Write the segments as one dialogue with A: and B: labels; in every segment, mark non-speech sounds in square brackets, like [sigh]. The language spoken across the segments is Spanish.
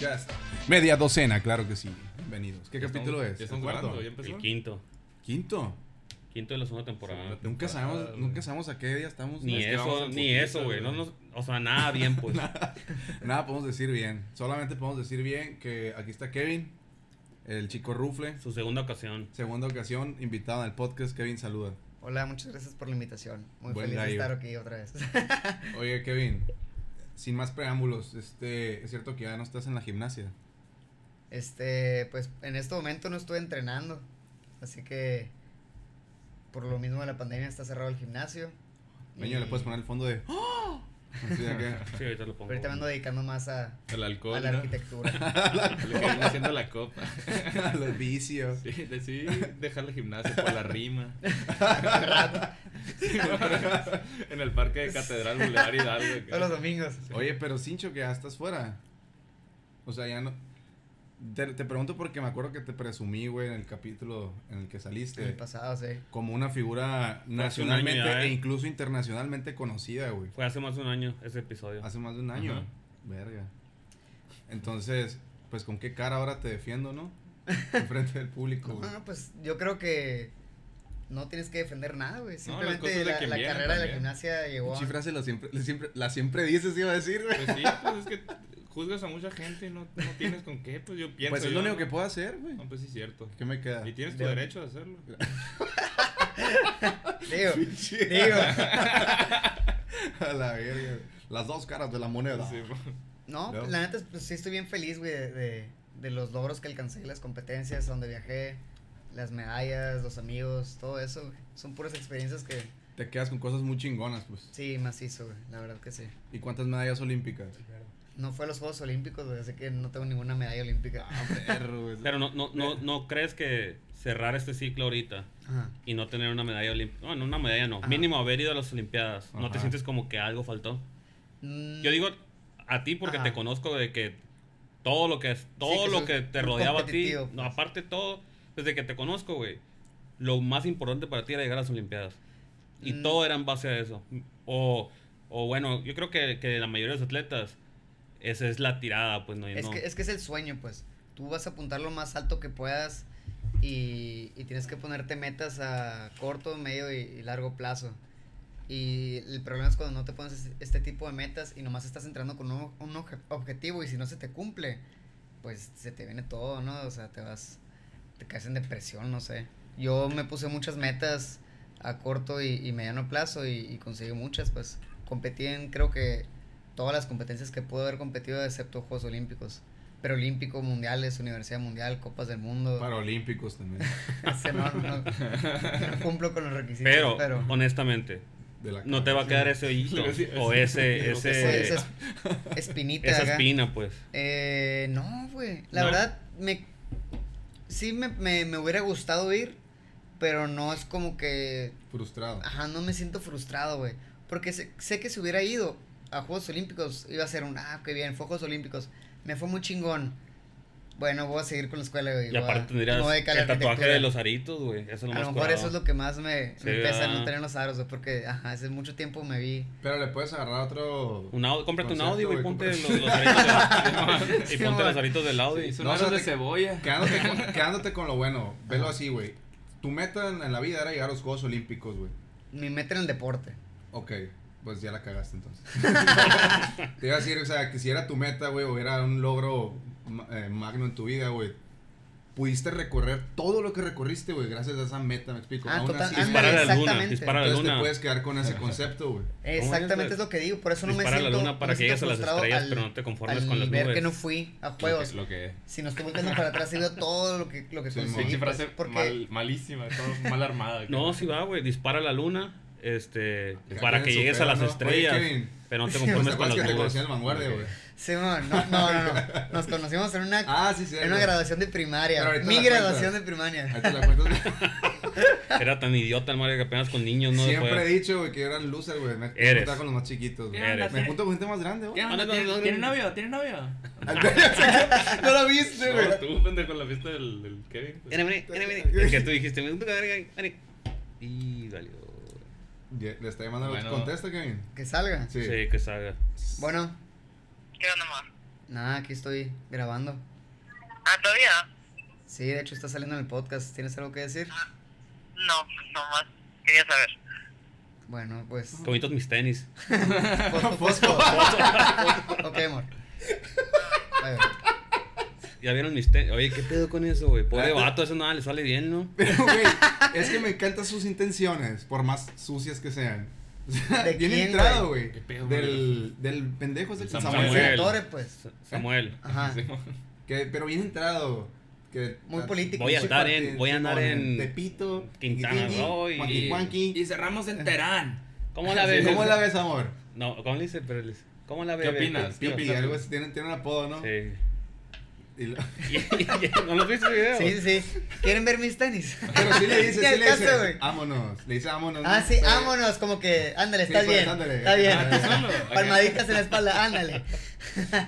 A: este Media docena, claro que sí. Bienvenidos. ¿Qué capítulo es?
B: Ya
A: ¿El
B: estamos
A: cuarto?
B: grabando, ya empezó.
C: El quinto.
A: ¿Quinto?
C: Quinto de la segunda temporada.
A: Nunca sabemos, nunca sabemos a qué día estamos.
C: Ni
A: Es que vamos
C: eso,
A: al
C: ni
A: futuro.
C: eso, güey. No nos- o sea, nada bien, pues.
A: [laughs] Nada podemos decir bien. Solamente podemos decir bien que aquí está Kevin, el chico Rufle.
C: Su segunda ocasión.
A: Segunda ocasión, invitado en el podcast. Kevin, saluda.
D: Hola, muchas gracias por la invitación. Muy
A: Buen
D: feliz de
A: gallo.
D: estar aquí otra vez. [laughs]
A: Oye, Kevin, sin más preámbulos, este, es cierto que ya no estás en la gimnasia.
D: Este, pues en este momento no estoy entrenando, así que por lo mismo de la pandemia está cerrado el gimnasio.
A: Meño, le
D: Y
B: Mm.
A: puedes poner el fondo de... ¡Ah! Así de que-
C: Sí, ahorita lo pongo.
D: Ahorita me ando dedicando más a,
B: El alcohol.
D: a la
A: [laughs]
B: ¿no? [laughs]
D: arquitectura.
B: Le quedan haciendo la copa.
A: los vicios.
B: Sí, de- sí, dejar el gimnasio por la rima. [laughs] Sí, güey, en el parque de Catedral Boulevard Hidalgo.
D: Todos los domingos.
A: Oye, pero Sincho, que ya estás fuera. O sea, ya no. Te, te pregunto porque me acuerdo que te presumí, güey, en el capítulo en el que
D: En el
A: saliste.
D: pasado, sí.
A: Como una figura
C: hace un año
A: nacionalmente
C: ya,
A: e
C: ¿eh?
A: incluso internacionalmente conocida, güey.
C: Fue hace más de un año ese episodio.
A: Hace más de un año.
B: Ajá.
A: Verga. Entonces, pues con qué cara ahora te defiendo, ¿no? Enfrente del público,
B: [laughs]
A: güey.
D: No, pues yo creo que no tienes que defender nada, güey.
B: cosas
D: Simplemente
B: de
D: la,
B: quien
D: la
B: viene
D: carrera de la
B: también.
D: gimnasia llegó a...
A: Pinche frase lo siempre, le siempre, la siempre dices, iba a decir, güey.
B: Pues sí, pues es que juzgas a mucha gente y no, no tienes con qué. Pues yo pienso.
A: Pues es
B: yo,
A: lo único
B: ¿no?
A: que puedo hacer, güey.
B: No, pues sí, cierto.
A: ¿Qué me queda?
B: Y tienes tu
D: De-
B: derecho
A: [laughs]
B: a hacerlo.
D: [laughs] Digo,
A: Pinche- [laughs]
D: digo.
A: A la verga. Las dos caras de la moneda.
B: Sí, pues.
D: No,
A: No.
D: la neta, pues sí estoy bien feliz, güey, de, de- de los logros que alcancé, las competencias, donde viajé, las medallas, los amigos, todo eso, güey. Son puras experiencias que
A: Te quedas con cosas muy chingonas, pues.
D: sí, macizo, güey, la verdad que sí.
A: ¿Y cuántas medallas olímpicas?
D: No fue a los Juegos Olímpicos, güey, así que no tengo ninguna medalla olímpica.
C: Ah.
A: Perro, güey.
C: Pero no, no, no, no crees que cerrar este ciclo ahorita
D: Ajá.
C: y no tener una medalla olímpica. Bueno, una medalla no.
D: Ajá.
C: Mínimo haber ido a las Olimpiadas. ¿No te
A: Ajá.
C: sientes como que algo faltó?
D: Mm,
C: Yo digo a ti porque
D: Ajá.
C: te conozco de que todo lo que es, todo
D: que
C: lo
D: sos
C: que te
D: muy
C: rodeaba a ti,
D: competitivo,
C: no,
D: pues.
C: aparte todo, desde que te conozco, güey, lo más importante para ti era llegar a las Olimpiadas. Y
D: Mm.
C: todo era en base a eso. O, o bueno, yo creo que, que la mayoría de los atletas, esa es la tirada, pues no. y
D: es,
C: no.
D: que, es que es el sueño, pues. Tú vas a apuntar lo más alto que puedas y, y tienes que ponerte metas a corto, medio y, y largo plazo. Y el problema es cuando no te pones es- este tipo de metas y nomás estás entrando con un, un obje- objetivo y si no se te cumple, pues se te viene todo, ¿no? O sea, te vas, te caes en depresión, no sé. Yo me puse muchas metas a corto y, y mediano plazo y, y conseguí muchas, pues competí en creo que todas las competencias que pude haber competido excepto Juegos Olímpicos. Pero Olímpico, Mundiales, Universidad Mundial, Copas del Mundo.
A: Paralímpicos también.
D: [laughs] Ese no, no- no cumplo con los requisitos.
C: pero,
D: Pero,
C: honestamente,
A: De la
C: no te va a quedar ese hoyito
B: [laughs] Sí. [laughs]
C: o ese,
D: Ese-
C: ese,
D: esa es- espinita.
C: esa
D: acá.
C: espina, pues.
D: Eh, no, güey. La
C: ¿No?
D: verdad, me. Sí, me, me, me hubiera gustado ir, pero no es como que.
A: Frustrado.
D: Ajá, no me siento frustrado, güey. Porque sé, sé que si hubiera ido a Juegos Olímpicos, iba a ser un. Ah, qué bien, fue Juegos Olímpicos. Me fue muy chingón. Bueno, voy a seguir con la escuela, güey.
C: Y
D: voy a-
C: aparte
D: me
C: tendrías
D: voy a
C: el
D: dedicar a la
C: tatuaje
D: arquitectura.
C: de los aritos, güey. Eso es lo
D: A
C: más
D: lo mejor
C: curado.
D: eso es lo que más me,
C: Sí,
D: me pesa
C: ¿verdad?
D: no tener los aros, güey, porque ajá, hace mucho tiempo me vi.
A: Pero le puedes agarrar otro.
C: Un Audi, cómprate un
A: Concepto,
C: Audi, güey,
A: güey,
C: ponte los,
A: cómprate-
C: los
D: [laughs]
C: aritos del, y
D: Sí,
C: ponte
D: man.
C: los aritos del Audi.
B: Son
A: No,
B: aros
A: o sea,
B: de
A: te-
B: cebolla.
A: Quedándote
C: [laughs]
A: con, quedándote con lo bueno. Velo así, güey. Tu meta en, en la vida era llegar a los Juegos Olímpicos, güey.
D: Mi meta en el deporte.
A: Ok, pues ya la cagaste entonces. [laughs] te iba a decir, o sea, que si era tu meta, güey, o era un logro ma- eh, magno en tu vida, güey. Pudiste recorrer todo lo que recorriste, güey, gracias a esa meta, me explico.
D: Ah,
A: Aún
D: total,
A: así,
D: ándale,
C: Dispara a la luna,
D: exactamente.
C: dispara a la
A: Entonces te
C: luna.
A: puedes quedar con ese concepto, güey.
D: Exactamente es lo que digo, por eso no me
C: Dispara a
D: siento.
C: la luna para
D: no
C: que
D: me
C: llegues a
D: siento
C: las
D: frustrado
C: estrellas,
D: al-
C: pero no te conformes
D: al
C: con las
D: ver que
C: nubes.
D: no fui a
B: Lo
D: juegos.
B: que, lo que es.
D: Si nos estoy volteando para atrás y veo todo lo que, lo que
A: Sí,
D: conseguí.
A: sí,
B: Pinche
D: pues,
B: frase
D: porque
B: mal- malísima, todo mal armada.
C: No, sí va, güey, dispara a la luna, este,
A: Acá
C: para
A: tienen
C: que
A: su
C: llegues a
A: pedo,
C: las
A: ¿no?
C: estrellas,
A: Oye, Kevin,
C: pero no [laughs]
A: [laughs] ¿Te
C: te conformes con
A: acuerdas
C: las
A: que te conocí en
C: nubes.
A: el vanguardia, güey?
D: Simón, no, no, no, no. Nos conocimos en una,
A: Ah, sí, sí.
D: en una graduación de primaria.
A: Pero ahorita
D: Mi
A: la
D: graduación
A: cuentas.
D: de primaria.
A: Ahí te la
D: [laughs]
A: cuento.
C: Era tan idiota el Mario que apenas con niños no
A: Siempre he
C: puede.
A: dicho, güey, que eran loser, güey. Me
C: Eres.
A: juntaba con los más chiquitos, güey.
C: Eres.
A: Me junto con gente más grande,
D: [laughs]
A: güey.
C: onda? ¿Tiene- tiene novio?
B: ¿Tiene novio?
A: no lo viste, güey.
B: No, tú, pendejo, la fiesta del, del Kevin. pues.
C: El que tú dijiste, me gusta que verga, y valió.
A: Ya, Le está llamando a
B: Bueno.
A: Contesta, Kevin.
D: Que salga.
A: Sí.
C: Sí, que salga.
D: Bueno,
E: ¿Qué onda, ma?
D: nada, aquí estoy grabando.
E: Ah, todavía.
D: Sí, de hecho está saliendo en el podcast. ¿Tienes algo que decir?
E: No, nomás quería saber.
D: Bueno,
A: [laughs]
D: pues.
C: Qué bonitos mis tenis.
A: Pues,
D: Fosfo, fosfo. [laughs] ok, amor. Bye, bye.
C: Ya vieron mis tenis. Oye, ¿qué pedo con eso, güey? Pobre
A: Claro.
C: vato, eso nada le sale bien, ¿no?
A: Pero, güey, es que me encantan sus intenciones, por más sucias que sean. O sea,
D: ¿De
A: bien
D: quién,
A: entrado, güey.
B: ¿Qué pedo,
A: Del, del pendejo ese
B: El
A: que
B: Samuel.
A: Samuel.
D: Doctores, pues.
A: ¿Eh?
C: Sa- Samuel.
D: Ajá.
A: Que, pero bien entrado. Que,
D: Muy político.
C: Voy a estar en-
A: Simón,
C: voy a andar en
A: Tepito,
C: Quintana
A: Iquitingui,
C: Roo y-
A: Guanquicuanqui.
B: cerramos en Terán.
C: ¿Cómo la ves?
A: ¿Cómo la ves, amor?
C: No, ¿cómo le dice? Pero les- ¿Cómo la
B: ¿Qué
C: ves?
B: opinas? ¿Qué
A: Pipi,
B: opinas?
A: algo así, tiene, tiene un apodo, ¿no?
C: Sí.
A: Y lo-
C: [laughs] ¿No lo viste el video?
D: Sí, sí, sí. ¿Quieren ver mis
A: [laughs]
D: tenis?
A: pero sí le dice,
D: Ya
A: sí le
D: alcanza,
A: dice,
D: güey.
A: vámonos, le dice vámonos.
D: Ah,
A: ¿no? pues,
D: sí, vámonos, como que, ándale,
A: Sí,
D: estás
A: pues,
D: bien,
A: ándale.
D: está
C: [laughs]
D: bien.
A: Ah, tú
B: solo, acá.
D: [laughs] Palmaditas en la espalda, ándale.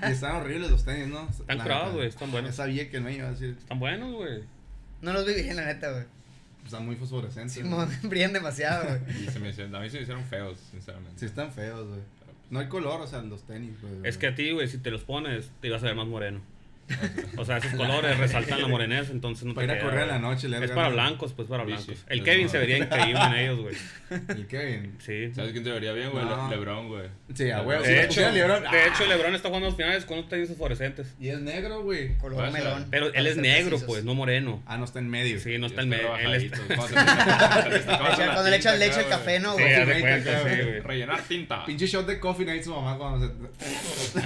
A: Y están horribles los tenis, ¿no?
C: Están
A: La
C: curados,
A: neta.
C: güey, están buenos.
A: Ya sabía que el meño iba a decir,
C: Están buenos, güey.
D: No los vi bien, la neta, güey.
A: están muy fosforescentes.
D: Simón, [laughs] Brillan demasiado, güey.
B: Y se me hicieron, a mí se me hicieron feos, sinceramente.
A: Sí, están feos, güey. No hay color, o sea, en los tenis, güey.
C: Es que a ti, güey, si te los pones, te ibas a ver más moreno. O sea, esos colores resaltan la morenez, entonces no te
A: Para ir a
C: queda,
A: correr en la
C: güey.
A: noche, le
C: Es
A: hago
C: para
A: ganas.
C: blancos, pues para
B: Sí,
C: blancos.
B: sí.
C: El
B: Es
C: Kevin
B: más-
C: se vería increíble en ellos, güey.
A: El Kevin.
C: Sí.
B: [laughs] ¿Sabes quién te vería bien, güey? Le-
A: No.
B: Lebron, güey.
A: Sí, a huevo. Si
C: De
A: le
C: hecho,
A: pusiera Lebron-
C: de hecho, LeBron está jugando los finales con unos tenis fosforescentes.
A: Y es negro, güey.
D: Color
B: Pasa.
D: melón.
C: Pero él
D: para
C: es
D: ser
C: negro,
D: precisos.
C: pues, no moreno.
A: Ah, no está en medio.
C: Sí, no
B: Yo
C: está el
B: estoy
C: medio. Él está-
B: rebajadito, cuando se-
D: O sea, Cuando le echan leche al café, ¿no,
C: Sí,
D: güey?
C: haz de
A: Coffee
C: cuenta,
A: Maker,
C: sí,
A: claro.
C: güey.
B: Rellenar tinta.
A: Pinche shot de coffee night su mamá cuando se.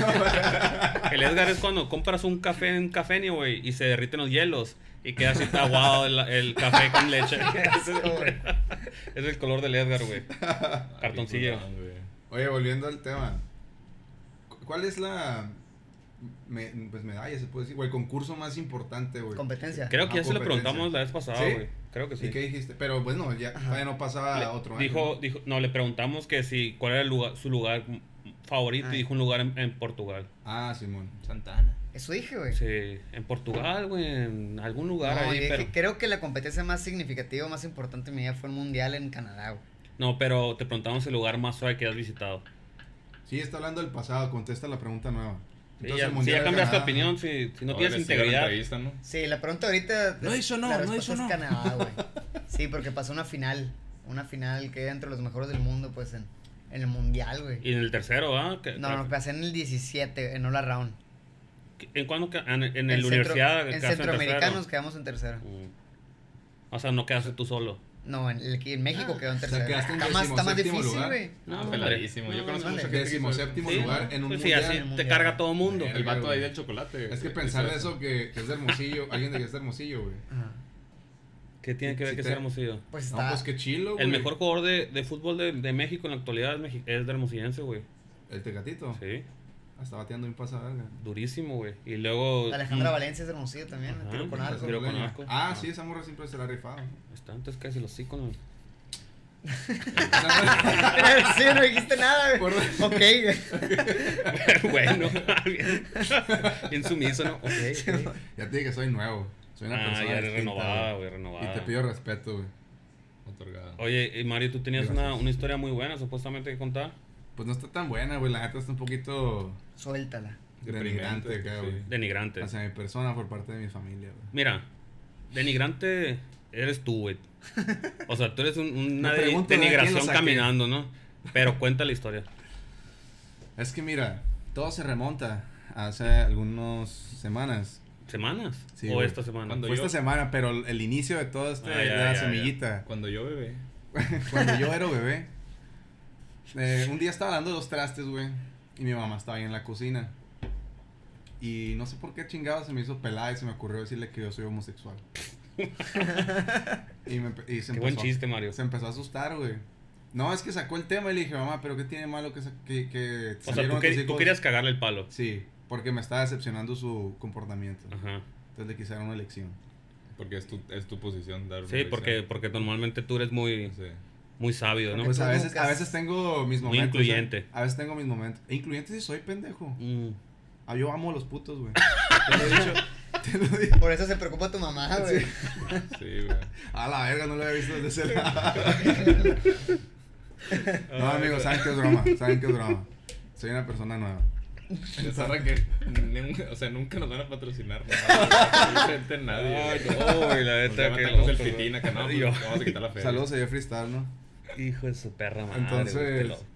C: El Edgar es cuando compras un café en Cafeni, güey, y se derriten los hielos. Y queda así aguado el, el café
A: [laughs]
C: con leche. Ese es, el, es el color del Edgar, güey.
B: Ah,
C: Cartoncillo.
B: pinche Lebron, güey.
A: Oye, volviendo al tema. Cu- ¿Cuál es la. me- pues medalla, se puede decir, güey, el concurso más importante, güey.
D: Competencia.
C: Creo que
A: Ah,
C: ya se lo
A: competencia.
C: preguntamos la vez pasada,
A: ¿Sí?
C: güey. Creo que sí.
A: ¿Y qué dijiste? Pero bueno, ya todavía no pasaba
C: Le-
A: a otro
C: dijo,
A: año.
C: dijo, no, le preguntamos que si cuál era el lugar, su lugar favorito
D: Ah.
C: y dijo un lugar en, en Portugal.
A: Ah, Simón.
B: Santana.
D: Eso dije, güey.
C: Sí, en Portugal, güey, en algún
D: No,
C: lugar ahí,
D: yo dije,
C: pero
D: creo que la competencia más significativa, más importante en mi vida fue el mundial en Canadá, güey.
C: no, pero te preguntamos el lugar más suave que has visitado.
A: Sí, está hablando del pasado, contesta la pregunta nueva.
C: Sí,
A: Entonces,
C: ya-
A: el
C: si
A: Mundial
C: ya
A: de
C: cambiaste de
A: Canadá,
C: opinión, si, si no tienes integridad.
D: Sí, la pregunta ahorita.
B: No, eso no,
D: la
B: no,
D: respuesta
B: eso
D: es
B: no.
D: Canadá,
C: [laughs]
D: güey. Sí, porque pasó una final. Una final que era entre los mejores del mundo, pues en, en el mundial, güey.
C: Y en el tercero, ¿ah? Que-
D: No, no, pasé en el 17, en Ola Round.
C: ¿En cuándo? ca- En, en, la
D: centro-
C: universidad.
D: En
C: quedaste en
D: centroamericanos
C: tercero? Mm.
D: quedamos en tercero.
C: O sea, no quedaste tú solo.
D: No, en, el- en México
A: Ah,
D: quedó en
A: o sea,
D: tercero.
A: quedaste en
D: está, más, está más
A: decimoséptimo
D: difícil,
A: lugar.
D: güey.
C: No,
B: No,
C: hombre.
B: peladísimo. Yo
C: No,
B: conozco
D: hombre.
B: mucha gente que
A: Décimo
B: hizo eso.
A: séptimo
C: Sí,
A: lugar
C: ¿no?
A: en un
C: Pues sí,
A: mundial.
C: así te
D: mundial.
C: carga todo mundo.
A: Verga.
B: El vato ahí del chocolate.
A: Es que
B: güey,
A: pensar
B: hizo
A: de eso que, que es de Hermosillo, [laughs] alguien de que es de Hermosillo, güey.
D: Ajá.
C: ¿Qué tiene que ver
A: Si
C: que
A: te-
C: sea Hermosillo?
D: Pues
A: No,
D: está.
A: pues qué chilo, güey.
C: El mejor jugador de, de fútbol de, de México en la actualidad es, mexi- es de Hermosillense, güey.
A: El Tecatito.
C: Sí,
A: Ah, Está bateando bien pasa verga.
C: durísimo, güey. Y luego.
D: Alejandra
C: mm,
D: Valencia es de Hermosillo también,
C: Ajá.
D: tiro con arco.
C: Tiro con
A: Brasileña.
C: arco.
A: Ah,
C: Ah.
A: sí, esa morra siempre se la ha rifado. [laughs]
C: Está antes casi los cinco. ¿no?
D: [laughs] sí, no dijiste nada, güey.
A: Por-
D: Ok, güey.
C: [laughs] bueno, [laughs] bien, bien sumiso, ¿no? Ok, ok.
A: ya te dije que soy nuevo. Soy una
C: Ah,
A: persona
C: ya eres
A: distinta,
C: renovada,
A: güey.
C: güey, renovada.
A: Y te pido respeto, güey.
B: Otorgado.
C: Oye, y Mario, tú tenías
A: Gracias.
C: una, una historia muy buena, supuestamente, que contar.
A: Pues no está tan buena, güey. La neta está un poquito
D: Suéltala.
B: Deprimente,
A: denigrante acá,
B: sí.
A: güey.
C: Denigrante.
A: Hacia mi persona por parte de mi familia, güey.
C: Mira, denigrante eres tú, güey. O sea, tú eres
A: [laughs]
C: un- una de-
A: pregunto de quién lo
C: denigración
A: saqué.
C: caminando, ¿no? Pero cuenta la historia.
A: Es que mira, todo se remonta a hace algunas semanas.
C: ¿Semanas?
A: Sí,
C: ¿O
A: güey.
C: esta semana?
B: ¿Cuándo?
A: Fue esta
B: yo-
A: semana, pero el inicio de todo este,
C: Ah,
A: de
C: ya,
A: la
C: ya,
A: semillita.
B: Cuando yo bebé.
A: Cuando yo era bebé, eh, un día estaba dando los trastes, güey. Y mi mamá estaba ahí en la cocina. Y no sé por qué chingado se me hizo pelada y se me ocurrió decirle que yo soy
C: [laughs]
A: homosexual. y, me, empe- y se
C: Qué buen
A: empezó a-
C: chiste, Mario.
A: Se empezó a asustar, güey. No, es que sacó el tema y le dije, mamá, pero ¿qué tiene malo que, sa- que, que
C: O sea,
A: salieron
C: tú,
A: a
C: que-
A: tus
C: tú
A: hijos?"
C: querías cagarle el palo.
A: Sí, porque me estaba decepcionando su comportamiento.
C: Ajá.
A: Entonces le quise dar una lección.
B: Porque es tu, es tu posición dar
C: Sí,
B: revisión.
C: porque, porque normalmente tú eres muy,
B: Sí.
C: muy sabio, ¿no?
D: Porque
A: Pues a
D: tú
A: veces,
D: nunca
A: a
D: has-
A: veces tengo mis
C: Muy
A: momentos. ¿eh?
C: incluyente.
A: A veces tengo mis momentos. E incluyente si soy pendejo.
C: Mm.
A: Ah, yo amo a los putos, güey. [laughs] Te lo he dicho. Te lo he dicho.
D: Por eso se preocupa tu mamá, güey.
B: Sí, güey.
A: A la verga, no lo había visto desde ese lado.
C: [laughs]
A: No, amigos, saben que es broma. Saben que es broma. Soy una persona nueva. Esa Raquel.
B: Ni- O sea, nunca nos van a patrocinar. No, gente, nadie.
C: Ay,
B: güey.
C: no, güey, la
B: Nos
C: neta.
B: llaman
C: qué
B: tacos del
C: loco, güey.
B: pitín acá, no, pues,
C: Yo.
B: vamos a quitar la fe.
A: Saludos a Jeffree Star, ¿no?
C: Hijo de su perra madre.
A: Entonces-
C: güey, qué loco.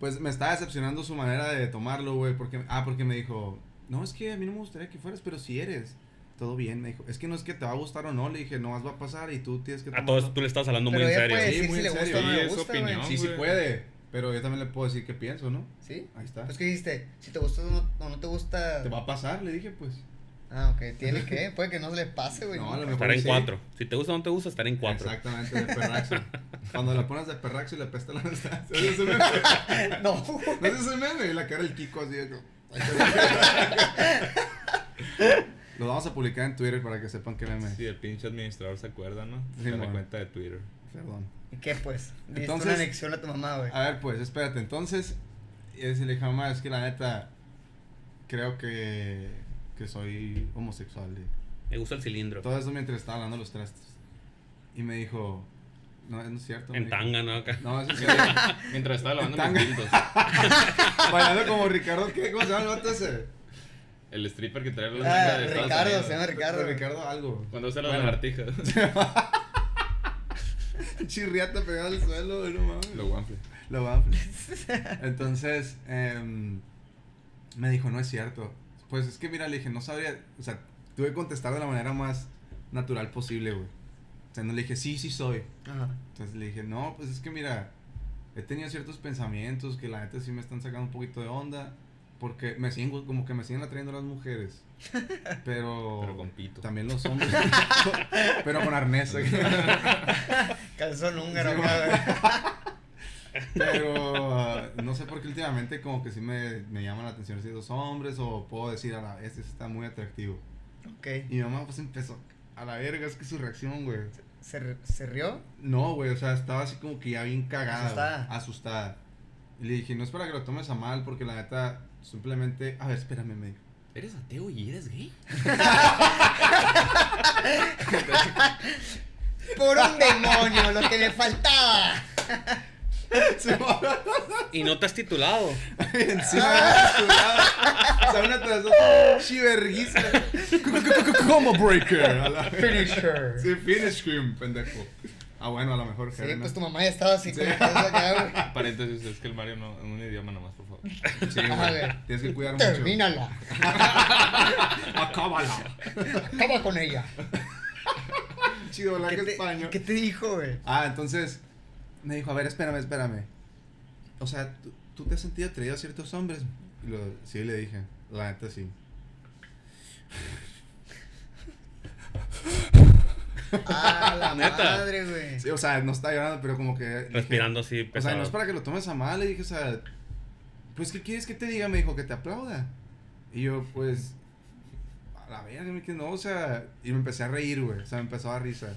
A: Pues me estaba decepcionando su manera de tomarlo, güey. Porque, ah, porque me dijo, no, es que a mí no me gustaría que fueras, pero si eres. Todo bien, me dijo. Es que no es que te va a gustar o no. Le dije, no, más va a pasar y tú tienes que
C: A
A: tomarlo".
C: todos tú le estás hablando muy
D: Pero
C: en
D: ella
C: serio.
D: puede
A: Sí,
D: decir
A: muy
D: si
A: en
D: le
A: serio.
D: gusta o no
B: Sí,
D: le
B: es su
D: gusta, güey.
B: opinión.
A: Sí, sí
B: güey.
A: puede. Pero yo también le puedo decir qué pienso, ¿no?
D: ¿Sí?
A: Ahí está.
D: Pues que dijiste, si te gusta o no, o no te gusta.
A: Te va a pasar, le dije, pues.
D: Ah, ok, tiene que, puede que no se le pase, güey.
A: No, a
D: nunca.
A: lo mejor
C: Estar en
A: sí.
C: cuatro. Si te gusta o no te gusta, estar en cuatro.
A: Exactamente, de
C: [laughs]
A: perraxo. Cuando la pones de perraxo y le apesta la distancia. ¿No es ese
C: [laughs]
A: meme?
D: [laughs] No, güey.
A: ¿No es ese meme? Y la cara del Kiko así. de que-
C: [laughs]
A: Lo vamos a publicar en Twitter para que sepan qué meme. es.
B: Sí, el pinche administrador se acuerda, ¿no?
A: Sí,
B: Se da
A: mon.
B: cuenta de Twitter.
A: Perdón.
D: ¿Y qué pues? Diste
A: Entonces-
D: una anexión a tu mamá, güey.
A: A ver, pues, espérate. Entonces, es le dije, mamá, es que la neta, creo que, que soy homosexual. y
C: Me gusta el cilindro.
A: Todo eso mientras estaba hablando los trastes. Y me dijo, no, no es cierto. me
C: En
A: dijo.
C: tanga, ¿no?
A: [laughs]
C: Acá.
A: No, eso es cierto.
B: Mientras estaba lavando
A: Tanga.
B: mis pintos.
A: Bailando como Ricardo, ¿qué? ¿Cómo se llama el vato ese?
B: El stripper que trae los negras
D: Ah,
B: de Estados
D: Ricardo,
B: Unidos.
D: se llama Ricardo.
A: Ricardo algo.
B: Cuando usa las
A: Bueno.
B: lagartijas.
A: [laughs] Chirriata pegada al suelo, güey, no mames.
B: Lo guanfle.
A: Lo waffle. Entonces, em, me dijo, no es cierto. Pues es que mira, le dije, no sabría, o sea, tuve que contestar de la manera más natural posible, güey. O sea, no le dije, sí, sí soy.
D: Ajá.
A: Entonces le dije, no, pues es que mira, he tenido ciertos pensamientos que la neta sí me están sacando un poquito de onda. Porque me siguen, gu- como que me siguen atrayendo las mujeres. Pero,
B: Pero con pito.
A: también
B: [laughs]
A: los hombres. [laughs] pero con arnés.
D: Calzón húngaro,
A: Sí,
D: acá, güey.
A: Pero ah, no sé por qué últimamente como que sí me, me llaman la atención ciertos hombres o puedo decir, a la, este está muy atractivo.
D: Ok.
A: Y mi mamá pues empezó, a la verga, es que su reacción, güey.
D: ¿Se, r- se rió?
A: No, güey, o sea, estaba así como que ya bien cagada.
D: Asustada.
A: Asustada. Asustada. Y le dije, no es para que lo tomes a mal porque la neta simplemente... A ver, espérame, me dijo. [laughs]
B: ¿Eres ateo y eres gay?
D: ¡Por un demonio! ¡Lo que le faltaba!
A: [laughs]
C: Y no te has titulado.
A: Encima de la O sea, una tras otra. Chiverguiza. Como breaker. a la-
D: Finisher. Sí,
A: Sí, finish scream, pendejo. Ah, bueno, a lo mejor. Karen, ¿no?
D: pues tu mamá ya estaba así
A: Sí.
D: con la cabeza acá, güey.
B: Paréntesis, es que el Mario no. Un idioma nomás, por favor.
A: [laughs] Sí, güey.
D: Ándale.
A: Tienes que cuidar mucho. [laughs]
D: Termínala.
A: Acábala.
D: Acaba
A: [laughs]
D: con ella.
A: Chido, ¿verdad?
D: ¿Qué
A: Que
D: te,
A: español.
D: qué te dijo, güey?
A: Ah, entonces me dijo, a ver, espérame, espérame. O sea, ¿tú, tú te has sentido atraído a ciertos hombres? Y lo, sí, le dije. La neta, sí.
D: Ah, la
C: Neta.
D: madre, güey.
A: Sí, o sea, no estaba llorando, pero como que... dije,
C: Respirando así
A: o sea,
C: pesado.
A: no es para que lo tomes a mal. Le dije, o sea... Pues, ¿qué quieres que te diga? Me dijo, que te aplauda. Y yo, pues... A la verga, me dije, no, o sea... Y me empecé a reír, güey. O sea, me empezó a dar risa.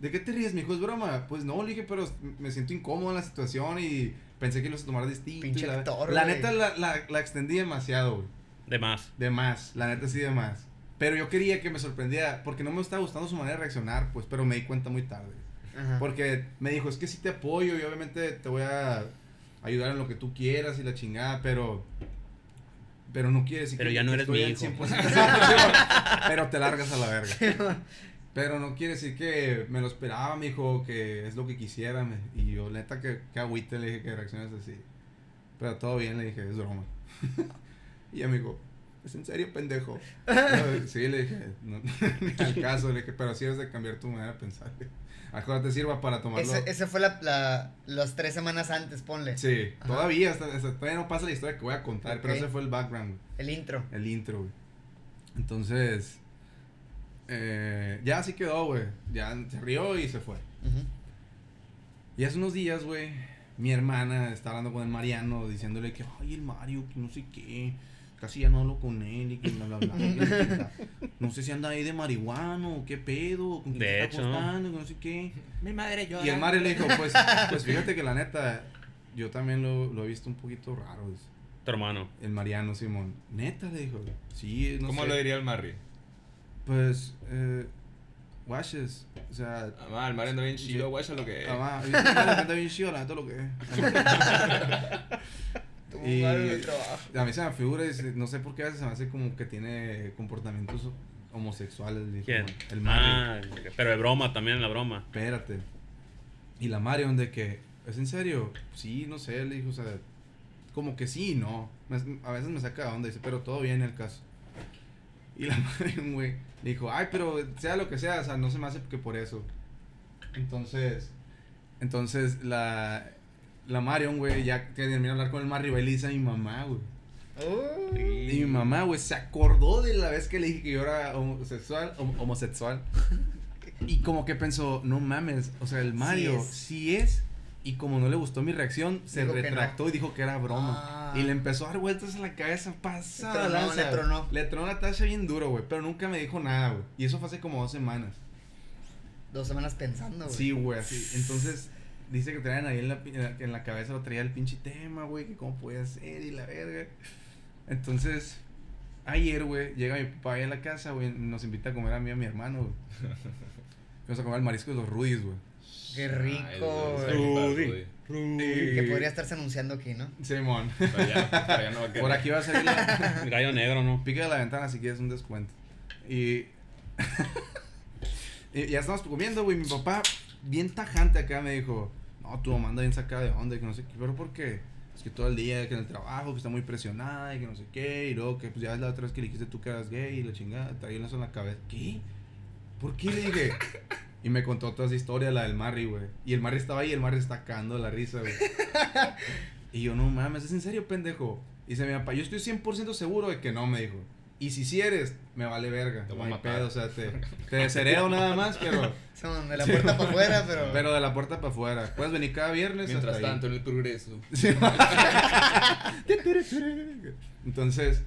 A: ¿De qué te ríes, mijo? ¿Es broma? Pues no, le dije, pero me siento incómodo en la situación y... Pensé que los a tomar distinto. y
D: Pinche
A: la,
D: actor,
A: la
D: güey.
A: neta la, la, la extendí demasiado, güey.
C: De más.
A: De más, la neta sí de más. Pero yo quería que me sorprendiera, porque no me estaba gustando su manera de reaccionar, pues, pero me di cuenta muy tarde.
D: Ajá.
A: Porque me dijo, es que sí te apoyo y obviamente te voy a ayudar en lo que tú quieras y la chingada, pero... Pero no quieres
C: Pero ya no eres mi hijo. [laughs]
A: pero te largas a la verga. Pero no quiere decir que me lo esperaba, me dijo, que es lo que quisiera. me- Y yo, neta, que, que agüite, le dije que reacciones así. Pero todo bien, le dije, es broma. y ella me dijo, ¿es en serio, pendejo? Yo, sí, le dije, no, [laughs] ni al caso, le dije, pero sí es de cambiar tu manera de pensar. [laughs] Acuérdate, sirva para tomarlo.
D: Ese- Esa fue la, la, las tres semanas antes, ponle.
A: Sí,
D: Ajá.
A: todavía, hasta, hasta todavía no pasa la historia que voy a contar, pero
D: Ok.
A: ese fue el background, güey,
D: El intro.
A: el intro, güey. Entonces, eh, ya así quedó, güey. Ya se rió y se fue.
D: Ujú.
A: Y hace unos días, güey, mi hermana está hablando con el Mariano, diciéndole que, ay, el Mario, que no sé qué, casi ya no hablo con él y que bla, bla, bla. que la chingada. no sé si anda ahí de marihuano o qué pedo, o con quién
C: De
A: se está
C: hecho, ¿no?
A: acostando, que no sé qué.
B: Mi madre yo.
A: Y el Mario le dijo, pues, pues fíjate que la neta, yo también lo, lo he visto un poquito raro. dice.
C: Tu hermano.
A: El Mariano Simón, neta, le dijo. Sí, no
B: ¿Cómo
A: sé.
B: lo diría el Mario?
A: Pues, eh, guaches, o sea,
B: Ah, el Mario anda bien chido,
A: Sí.
B: guacha lo que es.
D: [laughs]
A: Ah, va, ahorita está bien chido, la neta lo que es. Y
D: Jugar en el trabajo.
A: a mí se me figura, es- no sé por qué a veces se me hace como que tiene comportamientos homosexuales. dije,
C: ¿Quién?
A: como El Mario.
C: Ah, pero de broma, también la broma.
A: Espérate. Y la Marion de que, ¿es en serio? Sí, no sé, le dijo, o sea, como que sí, no. Me- a veces me saca de onda, dice, pero todo bien el caso. Y la [laughs] Marion, güey, le dijo, ay, pero sea lo que sea, o sea, no se me hace que por eso. Entonces, entonces la, la Marion, güey, ya que termina de hablar con el Mario, va y le dice a mi mamá, güey.
D: Uh,
A: Y mi mamá, güey, se acordó de la vez que le dije que yo era homosexual, hom-
D: [laughs]
A: homosexual. Y como que pensó, no mames, o sea, el Mario
D: es.
A: sí es. Y como no le gustó mi reacción, se
D: Dijo que
A: retractó y dijo que era broma.
D: Ah.
A: Y le empezó a dar vueltas en la cabeza,
D: Le
A: pasada
D: tronó,
A: lanza.
D: le tronó.
A: Le tronó la tacha bien duro, güey, pero nunca me dijo nada, güey. Y eso fue hace como dos semanas.
D: dos semanas pensando, güey.
A: Sí, güey, así. Entonces, dice que traían ahí en la, pi- en la- en la cabeza, lo traía el pinche tema, güey, que cómo podía ser y la verga. Entonces, ayer, güey, llega mi papá ahí a la casa, güey, nos invita a comer a mí y a mi hermano, güey. Vamos a comer el marisco de los Rudis, güey.
D: Qué
B: Ay,
D: rico,
B: güey,
D: güey.
B: Rudy.
D: Que podría estarse anunciando aquí, ¿no?
A: Simón.
B: Pero ya, pero ya no va a querer.
A: Por aquí va a salir la...
C: Gallo negro, ¿no?
A: Pica de la ventana si quieres un descuento. Y... [laughs] y ya estamos comiendo, güey. Mi papá, bien tajante acá, me dijo: No, tu mamá anda bien sacada de onda, y que no sé qué. Pero ¿por qué? Es que todo el día, que en el trabajo, que está muy presionada, y que no sé qué. Y luego que, pues ya es la otra vez que le dijiste tú que eras gay y la chingada, traía eso en la cabeza. ¿Qué? ¿Por qué le dije? Y me contó toda esa historia, la del Marry, güey. Y el Marry estaba ahí, el Marry está cagando la risa, güey. Y yo, no mames, ¿es en serio, pendejo? Y dice mi papá, yo estoy 100% seguro de que no, me dijo. Y si sí eres, me vale verga.
B: Te
A: no
B: voy a
A: hay
B: matar.
A: pedo, o sea, te, te deshereo nada más,
B: [laughs]
A: pero,
D: Son de la puerta para afuera, pero.
A: pero de la puerta para afuera. Puedes venir cada viernes.
B: Mientras
A: hasta ahí.
B: tanto, en el progreso.
A: Sí. Entonces,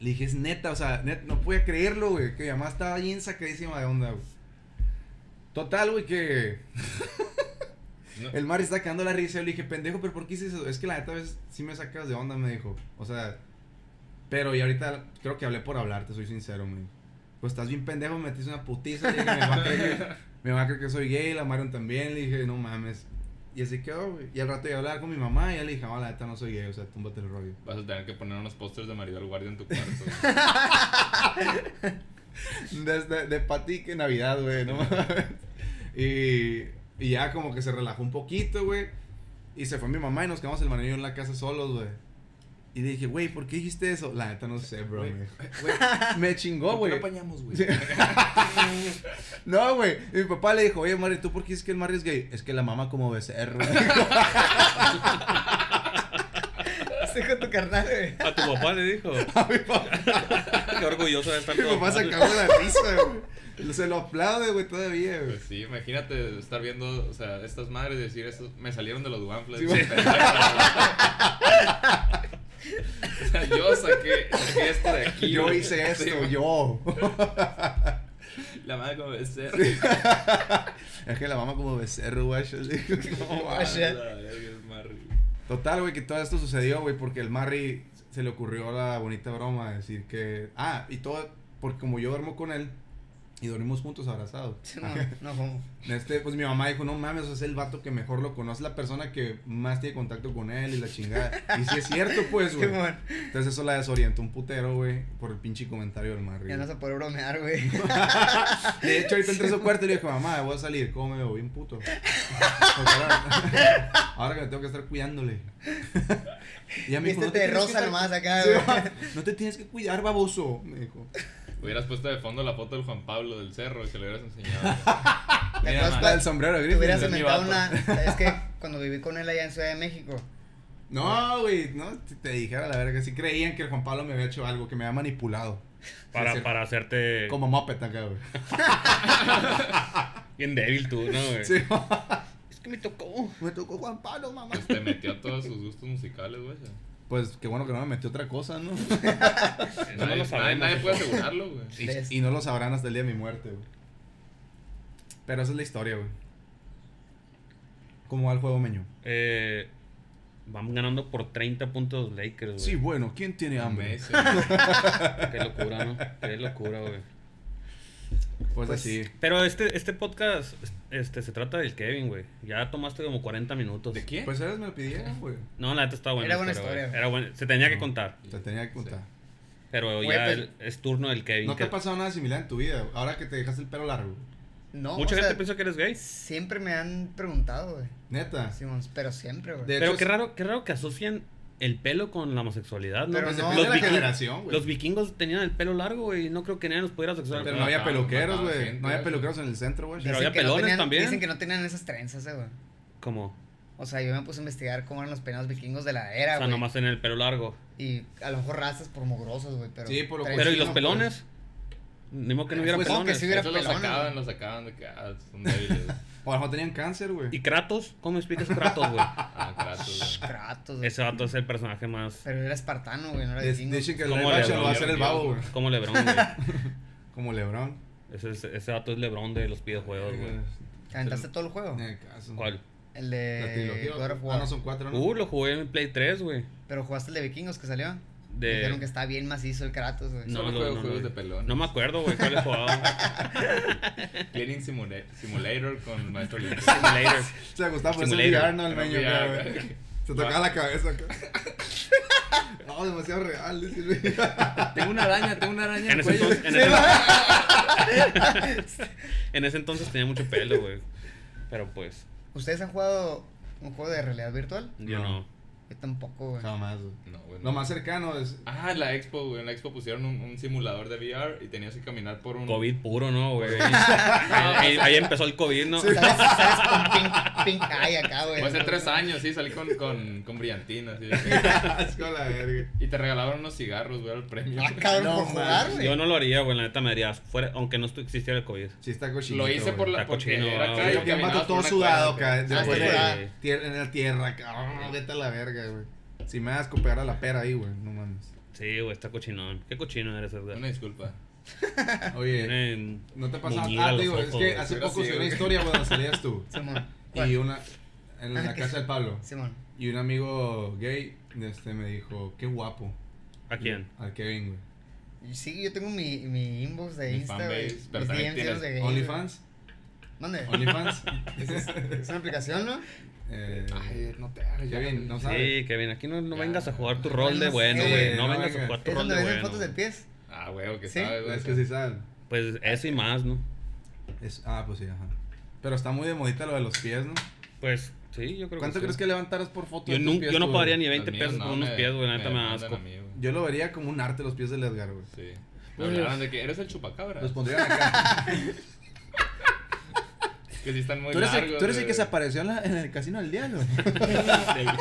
A: le dije, es neta, o sea, net- no podía creerlo, güey, que mi mamá estaba bien sacadísima de onda, güey. Total, güey, que
B: No.
A: el mar está cagando la risa. Yo le dije, pendejo, pero ¿por qué hice eso? Es que la neta a veces sí me sacas de onda, me dijo. O sea, pero y ahorita creo que hablé por hablar, te soy sincero, me dijo. Pues estás bien pendejo, me metiste una putiza. Le dije, mi mamá cree que, mi mamá cree que soy gay, la Marion también. Le dije, no mames. Y así quedó, güey. Y al rato iba a hablar con mi mamá y ya le dije, no, la neta no soy gay, o sea, túmbate el rollo.
B: Vas a tener que poner unos pósters de Maribel Guardia en tu
A: [laughs]
B: cuarto.
A: Desde de Pati que Navidad, güey,
B: [laughs]
A: ¿no? y, y ya como que se relajó un poquito, güey. Y se fue mi mamá y nos quedamos el manillo en la casa solos, güey. Y dije, güey, ¿por qué dijiste eso? La neta no sé, bro.
B: Güey,
A: me dijo. [laughs] Me chingó, Oh, güey.
B: apañamos,
A: Sí. [laughs] no, güey. Y mi papá le dijo, oye, Mari, ¿tú por qué dices que el Mari es gay? Es que la mamá como becerro. [laughs]
D: [laughs] Estoy con tu carnal, güey.
C: A tu papá le
A: [laughs]
C: dijo.
A: A mi
B: [laughs]
A: papá.
C: Qué orgulloso de estar
A: Mi
C: todo
A: papá se
C: mal.
A: acabó la risa, güey. Se lo aplaude, güey, todavía, güey.
B: Pues sí, imagínate estar viendo, o sea, estas madres y decir, estos, me salieron de los Wanflets.
A: Sí,
B: [laughs] o sea, yo saqué, saqué esto de aquí.
A: Yo
B: güey.
A: hice
B: [laughs] Sí,
A: esto,
B: güey.
A: yo.
B: La madre como de ser.
A: [laughs]
B: [laughs]
A: Es que la mamá como becerro, güey. yo le digo, [laughs] no,
D: Ah,
A: güey.
D: shit.
B: La verga, es Marry.
A: Total, güey, que todo esto sucedió, güey, porque el Marry se le ocurrió la bonita broma de decir que. Ah, y todo, porque como yo duermo con él y dormimos juntos abrazados. Ah,
D: No, no, ¿cómo?
A: Este, pues mi mamá dijo, no mames, o sea, es el vato que mejor lo conoce, la persona que más tiene contacto con él y la chingada. Y si es cierto,
D: [laughs]
A: pues, güey.
D: Simón,
A: Entonces eso la desorientó un putero, güey, por el pinche comentario del Marry.
D: ya no
A: güey.
D: se puede bromear, güey.
A: De hecho, ahorita entré a su cuarto y le dije, mamá, voy a salir, ¿cómo me veo? Bien
D: [laughs]
A: puto. Porque ahora, ahora que me tengo que estar
D: [laughs]
A: cuidándole. Y ya me dijo,
D: Vístete de
A: tienes que
D: rosa
A: estar-
D: este nomás
A: [laughs]
D: acá,
A: Sí,
D: güey.
A: va, no te tienes que cuidar, baboso, me dijo.
B: Hubieras puesto de fondo la foto del Juan Pablo del cerro que le hubieras enseñado.
D: ¿Te
B: Mira,
A: La
B: man.
D: acuerdas
A: del
D: cuál?
A: sombrero
D: Te
A: gris.
D: hubieras
B: es mi
D: inventado una.
B: vato.
D: Es que cuando viví con él allá en Ciudad de México,
A: No, güey, no, te, te dijera la verga. Sí creían que el Juan Pablo me había hecho algo, que me había manipulado. Sí,
C: Para,
A: sí.
C: para hacerte
A: Como Muppet acá, güey.
C: bien débil tú, ¿no, güey?
D: [laughs]
A: Sí.
C: Es que me tocó. Eh,
A: Me tocó Juan Pablo, mamá.
B: Pues te metió a todos sus gustos musicales, güey.
A: Pues qué bueno que no me metió otra cosa, ¿no?
C: no
B: Nadie,
C: lo
B: nadie,
C: sabemos,
B: nadie puede
C: eso.
B: asegurarlo, güey.
D: ¿Ves?
A: Y, y no lo sabrán hasta el día de mi muerte, güey. Pero esa es la historia, güey. ¿Cómo va el juego, Meño?
C: Eh, van ganando por 30 puntos los Lakers, güey.
A: Sí, bueno, Pues,
B: eh.
C: [laughs]
A: ¿quién tiene hambre?
B: Messi.
C: Qué locura, ¿no? Qué locura, güey.
A: Pues,
D: Pues-
A: así.
C: Pero este, este podcast este, se trata del Kevin, güey. Ya tomaste como 40 minutos.
B: ¿De quién?
A: Pues ellos me lo pidieron, güey.
C: No, la neta estaba buena.
D: Era buena
C: pero,
D: historia.
C: güey, Era buena. Se tenía que contar.
A: Te tenía que contar.
C: Pero
D: Güey,
C: ya
D: pues-
C: el- es turno del Kevin.
A: ¿No te
C: que-
A: ha pasado nada similar en tu vida? güey? Ahora que te dejaste el pelo largo.
D: No,
C: Mucha
D: o
C: gente
D: sea,
C: piensa que eres gay.
D: siempre me han preguntado, güey.
A: Neta.
D: Simón, pero siempre, güey.
A: De
C: Pero
A: hecho,
C: qué
A: es-
C: raro, qué raro que asocian el pelo con la homosexuelidad, ¿no?
D: Pero
A: pues
D: no,
A: depende de la
C: los vikingos-
A: generación, güey.
C: Los vikingos tenían el pelo largo, güey. y No creo que nadie los pudiera ah, sexual.
A: Pero no había
B: Mataban,
A: peluqueros,
B: mataban
A: güey.
B: gente,
A: No había
B: güey.
A: peluqueros en el centro, güey.
C: Pero había
D: que no
C: pelones
D: tenían-
C: también.
D: Dicen que no tenían esas trenzas, eh, güey.
C: Como.
D: O sea, yo me puse a investigar cómo eran los peinados vikingos de la
C: O
D: era,
C: sea,
D: Ah, güey.
C: nomás tenían el pelo largo.
D: Y a lo mejor razas por mugrosos, güey, pero...
A: Sí, por lo
D: tre-
A: Pues
C: Pero,
A: sí,
C: ¿y los
A: no,
C: pelones? Ni modo que no hubiera
D: Pues, ¿cómo que
C: pelones.
D: sí hubiera-
B: Esos los
D: pelones,
B: sacaban,
D: güey.
B: los sacaban de que ah, son débiles.
A: O a lo mejor tenían cáncer, güey.
C: ¿Y Kratos? ¿Cómo explicas Kratos,
D: [laughs]
C: güey?
B: Ah, Kratos, güey.
D: Kratos, güey.
C: Ese vato es el personaje más.
D: Pero era espartano, güey, no era
A: De-
D: vikingo.
A: Dicen que el
C: ¿Cómo
A: live
C: le
A: action lo va a hacer el
B: llamaron,
A: babo,
B: Dios,
A: güey.
C: Como Lebron, güey.
A: Como Lebron.
C: Ese, ese ese vato es Lebron de los videojuegos, güey.
D: ¿Te aventaste todo el juego?
A: Ni de caso.
C: ¿Cuál?
D: El
A: eh, La
D: de
A: trilogía.
D: God of
A: Ah,
D: War.
A: no, son cuatro, ¿no?
C: Uh, lo jugué en Play 3, güey.
D: Pero jugaste el de vikingos que salió. Dijeron que
C: De...
D: está bien macizo el Kratos,
C: [laughs]
D: güey.
C: No,
B: Solo
C: lo-
B: juego
C: no,
B: juegos
C: no.
B: de pelones.
C: No me acuerdo, güey, cuál he jugado.
D: [laughs]
B: Cleaning Simula- Simulator con Maestro Limpio.
C: Simulator.
A: O sea, Gustavo, por eso
C: Simulator.
A: es VR, no el
B: Era
A: meño,
B: VR,
A: güey.
B: güey. Ah.
A: Se tocaba la cabeza acá. [laughs] No, demasiado real, dice güey.
B: Tengo una araña, tengo una araña en el
C: En ese,
B: cuello.
C: entonces, en, ese- [laughs] En ese entonces tenía mucho pelo, güey. Pero pues,
D: ¿Ustedes han jugado un juego de realidad virtual?
C: yo
A: No.
C: no.
D: Yo tampoco, güey.
A: Jamás, güey.
B: No, güey, no.
A: Lo más cercano es. [laughs]
B: Ah, en la expo, güey. En la expo pusieron un, un simulador de VR y tenías que caminar por un.
C: COVID puro, ¿no, güey? ahí, ahí empezó el COVID, ¿no?
D: ¿Sabes, sabes con pink, pink eye acá, güey.
B: Fue hace tres años, sí, salí con, con, con brillantina. así de que-
A: Asco a la verga.
B: Y te regalaron unos cigarros, güey, al premio.
D: Ah, cabrón,
A: No,
D: por jugar,
A: man.
D: güey.
C: Yo no lo haría, güey, la neta me haría, fuera, aunque no estu- existiera el COVID.
A: Sí, está cochinito.
B: Lo hice por la,
C: Está
B: porque
C: cochino,
B: era
C: ah,
B: acá
C: güey.
B: y
A: Yo que
B: caminabas
A: mato
B: por
A: todo
B: una
A: sudado
B: cuadra,
A: acá.
B: güey.
A: Después
D: sí,
A: de.
C: güey.
A: tier- En la tierra, acá. Oh, Vete a la verga, güey. Si me vas a pegar a la pera ahí, güey. No mames.
C: Sí, güey, está cochinón. ¿Qué cochino eres, Edgar?
B: Una disculpa.
A: Oye.
C: Tienen
A: No te pasa
C: muñida
A: nada. Ah,
C: los
A: digo, es
C: ojos,
A: que
C: güey.
A: hace
B: Pero
A: poco
B: sí,
A: subí una
B: güey.
A: historia, güey, donde salías
B: [laughs]
A: tú.
D: Simón.
A: Y
D: ¿cuál?
A: una. En la casa del Pablo.
D: Simón.
A: Y un amigo gay este, me dijo, qué guapo.
C: ¿A quién?
A: Al Kevin, güey.
D: Y Sí, yo tengo mi, mi inbox de
B: Mi
D: Insta,
B: fanbase,
D: güey.
B: pero
D: Mis
B: también
D: DMs
B: tienes
D: llenos de gays,
A: OnlyFans.
D: Eh, güey. Mande. [laughs]
A: OnlyFans.
D: Es una aplicación, ¿no?
A: Eh,
B: Ay, no te hagas, ya
A: Kevin, no sabes.
C: Sí, Kevin, aquí no, no
B: Ya.
C: vengas a jugar tu rol de
D: Sí,
C: bueno, güey. No
A: no
C: vengas a
A: vengas.
C: jugar tu
D: Es
C: rol
D: donde
C: de
D: venden
C: bueno.
D: fotos de pies.
B: Ah, güey, que
D: Sí,
B: sabes, güey.
A: Es que sí saben.
C: Pues eso y más, ¿no?
A: Es- ah, pues sí, ajá. Pero está muy de modita lo de los pies, ¿no?
C: Pues sí, yo creo
A: ¿Cuánto
C: que
A: crees
C: sí.
A: que levantaras por foto?
C: Yo,
A: de tus
C: nun-
A: pies,
C: yo no
A: tú,
C: pagaría
A: güey?
C: ni
B: Los
C: 20
B: míos
C: pesos por
B: no,
C: unos
B: me-
C: pies, güey. La neta me da
B: mandan
C: asco.
B: a mí, güey.
A: Yo lo vería como un arte los pies del Edgar, güey.
B: Sí. Me hablaron de que eres el chupacabra.
A: Los
D: [laughs]
A: pondrían acá.
B: Que sí están muy
A: ¿Tú eres, el,
B: largos,
A: tú eres el que
B: güey.
A: se apareció en, la- en el casino del diablo.
D: [laughs]
C: [laughs] del,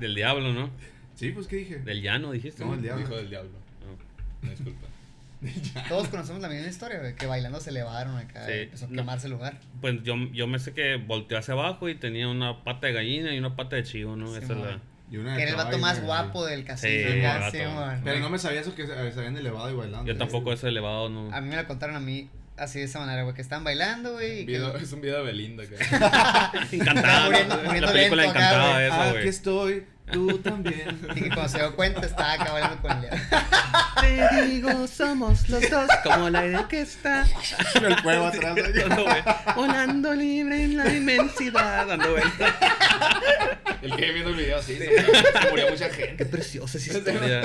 C: del diablo, ¿no?
A: sí, pues, ¿qué dije?
C: Del llano, dijiste.
A: No, el diablo.
B: Hijo del diablo.
C: No.
B: Una disculpa.
D: Todos conocemos la misma historia, güey. Que bailando se elevaron acá.
C: Sí.
D: y Empezó a
C: No.
D: quemarse el lugar.
C: Pues yo, yo me sé que volteó hacia abajo y tenía una pata de gallina y una pata de chivo, ¿no?
D: Sí,
C: Esa es la...
D: man.
A: Y una de
D: Que era el vato
A: Ah, caballo,
D: más
A: güey.
D: guapo del casino.
C: Sí,
D: acá,
C: el
D: sí,
C: vato.
D: man.
A: Pero no me sabía eso que se se habían elevado y bailando.
C: Yo tampoco es elevado, ¿no? [laughs]
D: A mí me la contaron a mí así de esa manera, güey. Que estaban bailando, güey. y que-
B: Video- es un video de Belinda,
A: [laughs]
B: cara.
C: Encantada, ¿no?
D: Muriendo- muriendo
C: La película
D: lento acá,
C: encantada
D: güey.
C: esa,
A: Ah,
C: güey.
A: aquí estoy, tú también.
D: [laughs] Y que cuando se dio cuenta estaba acá bailando
A: [laughs]
D: con el diablo.
C: Ah, Te digo, somos los dos como el aire que [laughs] está
A: [laughs] el cuervo
D: [laughs]
A: atrás. güey.
C: dando vuel- volando libre en la inmensidad, dando vueltas.
B: El que viendo el video, sí. Se, murió, se murió mucha gente.
C: Qué preciosa es historia.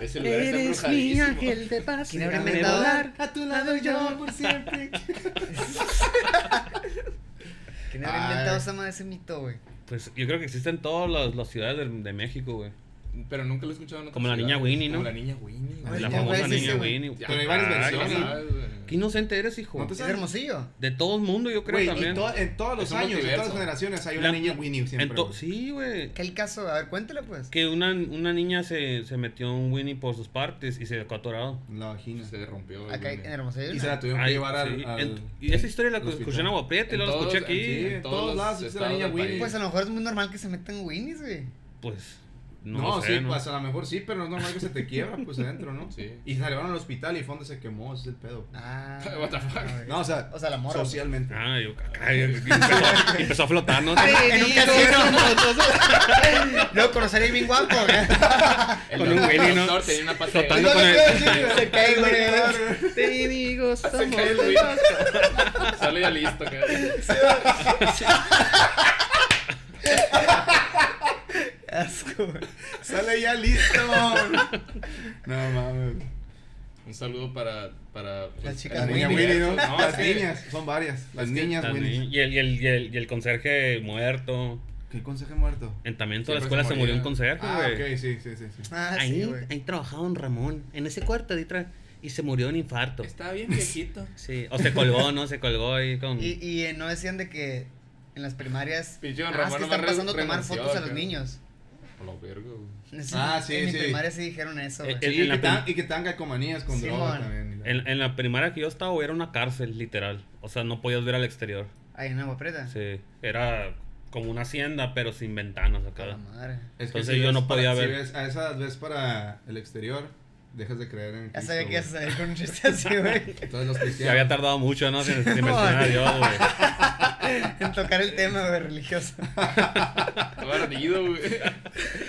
B: Ese lugar está embrujadísimo.
C: de paz.
D: ¿Quién habrá
C: Déjame
D: inventado?
C: volar.
A: A tu lado yo por
C: [laughs]
A: siempre.
D: ¿Quién había
A: Ay.
D: inventado esa madre ese mito, güey?
C: Pues yo creo que existen todas las, las ciudades de, de México, güey.
B: Pero nunca lo he escuchado en otra
C: Como la
B: ciudad.
C: niña Winnie, ¿no?
B: Como la niña Winnie. güey.
C: La
D: ya,
C: famosa
D: güey, sí,
C: niña
D: sí, güey.
C: Winnie.
B: Ya,
A: Pero hay varias
C: Ay,
A: versiones,
C: qué-
A: ¿no?
B: ¿sabes, güey?
C: Qué inocente eres, hijo.
A: ¿No te
D: ¿Es
A: sabes?
D: Hermosillo?
C: De todo el mundo, yo creo
A: Güey, y
C: también.
A: to- en todos
B: Es
A: los
B: un
A: años, en todas
B: multiverso.
A: las generaciones hay
C: La-
A: una niña Winnie
C: En
A: siempre.
C: to-
A: güey.
C: sí, güey.
D: ¿Qué el caso? A ver, cuéntale, pues.
C: Que una, una niña se, se metió un Winnie por sus partes y se dejó atorado.
A: La vagina.
B: Se rompió. el
D: Acá en
B: Winnie.
D: Hermosillo. hay
A: Y
D: una.
A: se la tuvieron que
C: Ay,
A: llevar al.
C: sí.
A: al-
C: En- y esa historia la
A: al hospital.
C: escuché en Agua Prieta y
B: En
C: luego la
B: todos-
C: escuché aquí.
B: sí,
A: en todos lados existe la
B: estados
A: niña
B: del
A: Winnie.
B: país.
D: Pues a lo mejor es muy normal que se metan Winnies, güey.
C: Pues
A: No,
C: lo sé,
A: sí, pues a lo mejor sí, pero no es normal que se te quiebra, pues adentro, ¿no?
B: Sí.
A: Y se la llevaron al hospital y fue donde se quemó, ese es el pedo. [laughs]
D: Ah.
B: What the fuck?
D: ok.
A: No, o sea,
D: O sea, la morra. [laughs]
A: socialmente.
C: Ah, yo, caray, empezó, empezó a
A: [laughs]
C: flotar, ¿no?
D: En un [laughs] casino. Luego conocer el bien guapo. ¿eh?
C: [laughs]
B: El
C: Con un Willy, ¿no?
B: doctor tenía una pata de
C: Flotando.
B: gallo.
C: con
B: [laughs]
C: el-
A: Se cae el güey.
D: Te digo,
B: Se cae el
D: somos
B: Willy. Sale ya listo, cabrón.
D: asco. güey.
A: Sale ya listo. No mames.
B: Un saludo para. para pues,
D: Las chicas
A: La
B: el
A: niña
B: Willy.
A: Winnie, ¿no?
B: No,
A: Las
B: es que-
A: niñas, son varias. Las
B: es que
A: niñas
C: Las niñas.
A: Winnie.
C: Y el, y, el, y, el, y el conserje muerto.
A: ¿Qué consejo muerto?
C: En también toda la
B: Siempre
C: escuela
B: se
C: se murió
B: moría.
C: un conserje,
A: Ah,
C: güey.
A: ok, sí, sí, sí. sí.
D: Ah,
C: ahí,
D: sí, güey.
C: ahí trabajaba don Ramón, en ese cuarto de ahí tra- y se murió de un infarto.
B: Está bien viejito.
C: Sí, o se colgó, ¿no? Se colgó ahí con...
D: Y, y eh, no decían de que en las primarias.
B: Pinche don
D: ah, es
B: Ramón
D: que
B: nomás
D: están pasando a
B: re-
D: tomar
B: renunció,
D: fotos a los
B: cabrón.
D: niños. [laughs]
B: A lo vergo, güey.
A: Ah, sí,
D: En mi
A: sí.
D: primaria sí dijeron eso, güey.
C: Eh,
A: Sí,
C: en
A: y,
C: la
A: que tan,
C: prim-
A: y que tan calcomanías con
D: Simón.
A: drogas también.
C: En, en la primaria que yo estaba güey, era una cárcel, literal. O sea, no podías ver al exterior.
D: Ahí en Agua Prieta.
C: Sí, era como una hacienda, pero sin ventanas
D: A la
C: acá.
D: madre.
A: Es que
C: Entonces yo no
A: ves
C: podía
A: para- si
C: ver.
A: ves a esas ves para el exterior, dejas de creer en
D: Ya
A: Cristo,
D: sabía que
A: güey.
D: ibas a salir con un chiste así, güey.
A: Entonces los
C: [laughs] Ya
A: cristianos.
C: había tardado mucho, ¿no? Sin, sin mencionar a Dios, güey.
D: En tocar el tema, güey, religioso.
B: Estaba ardido, güey.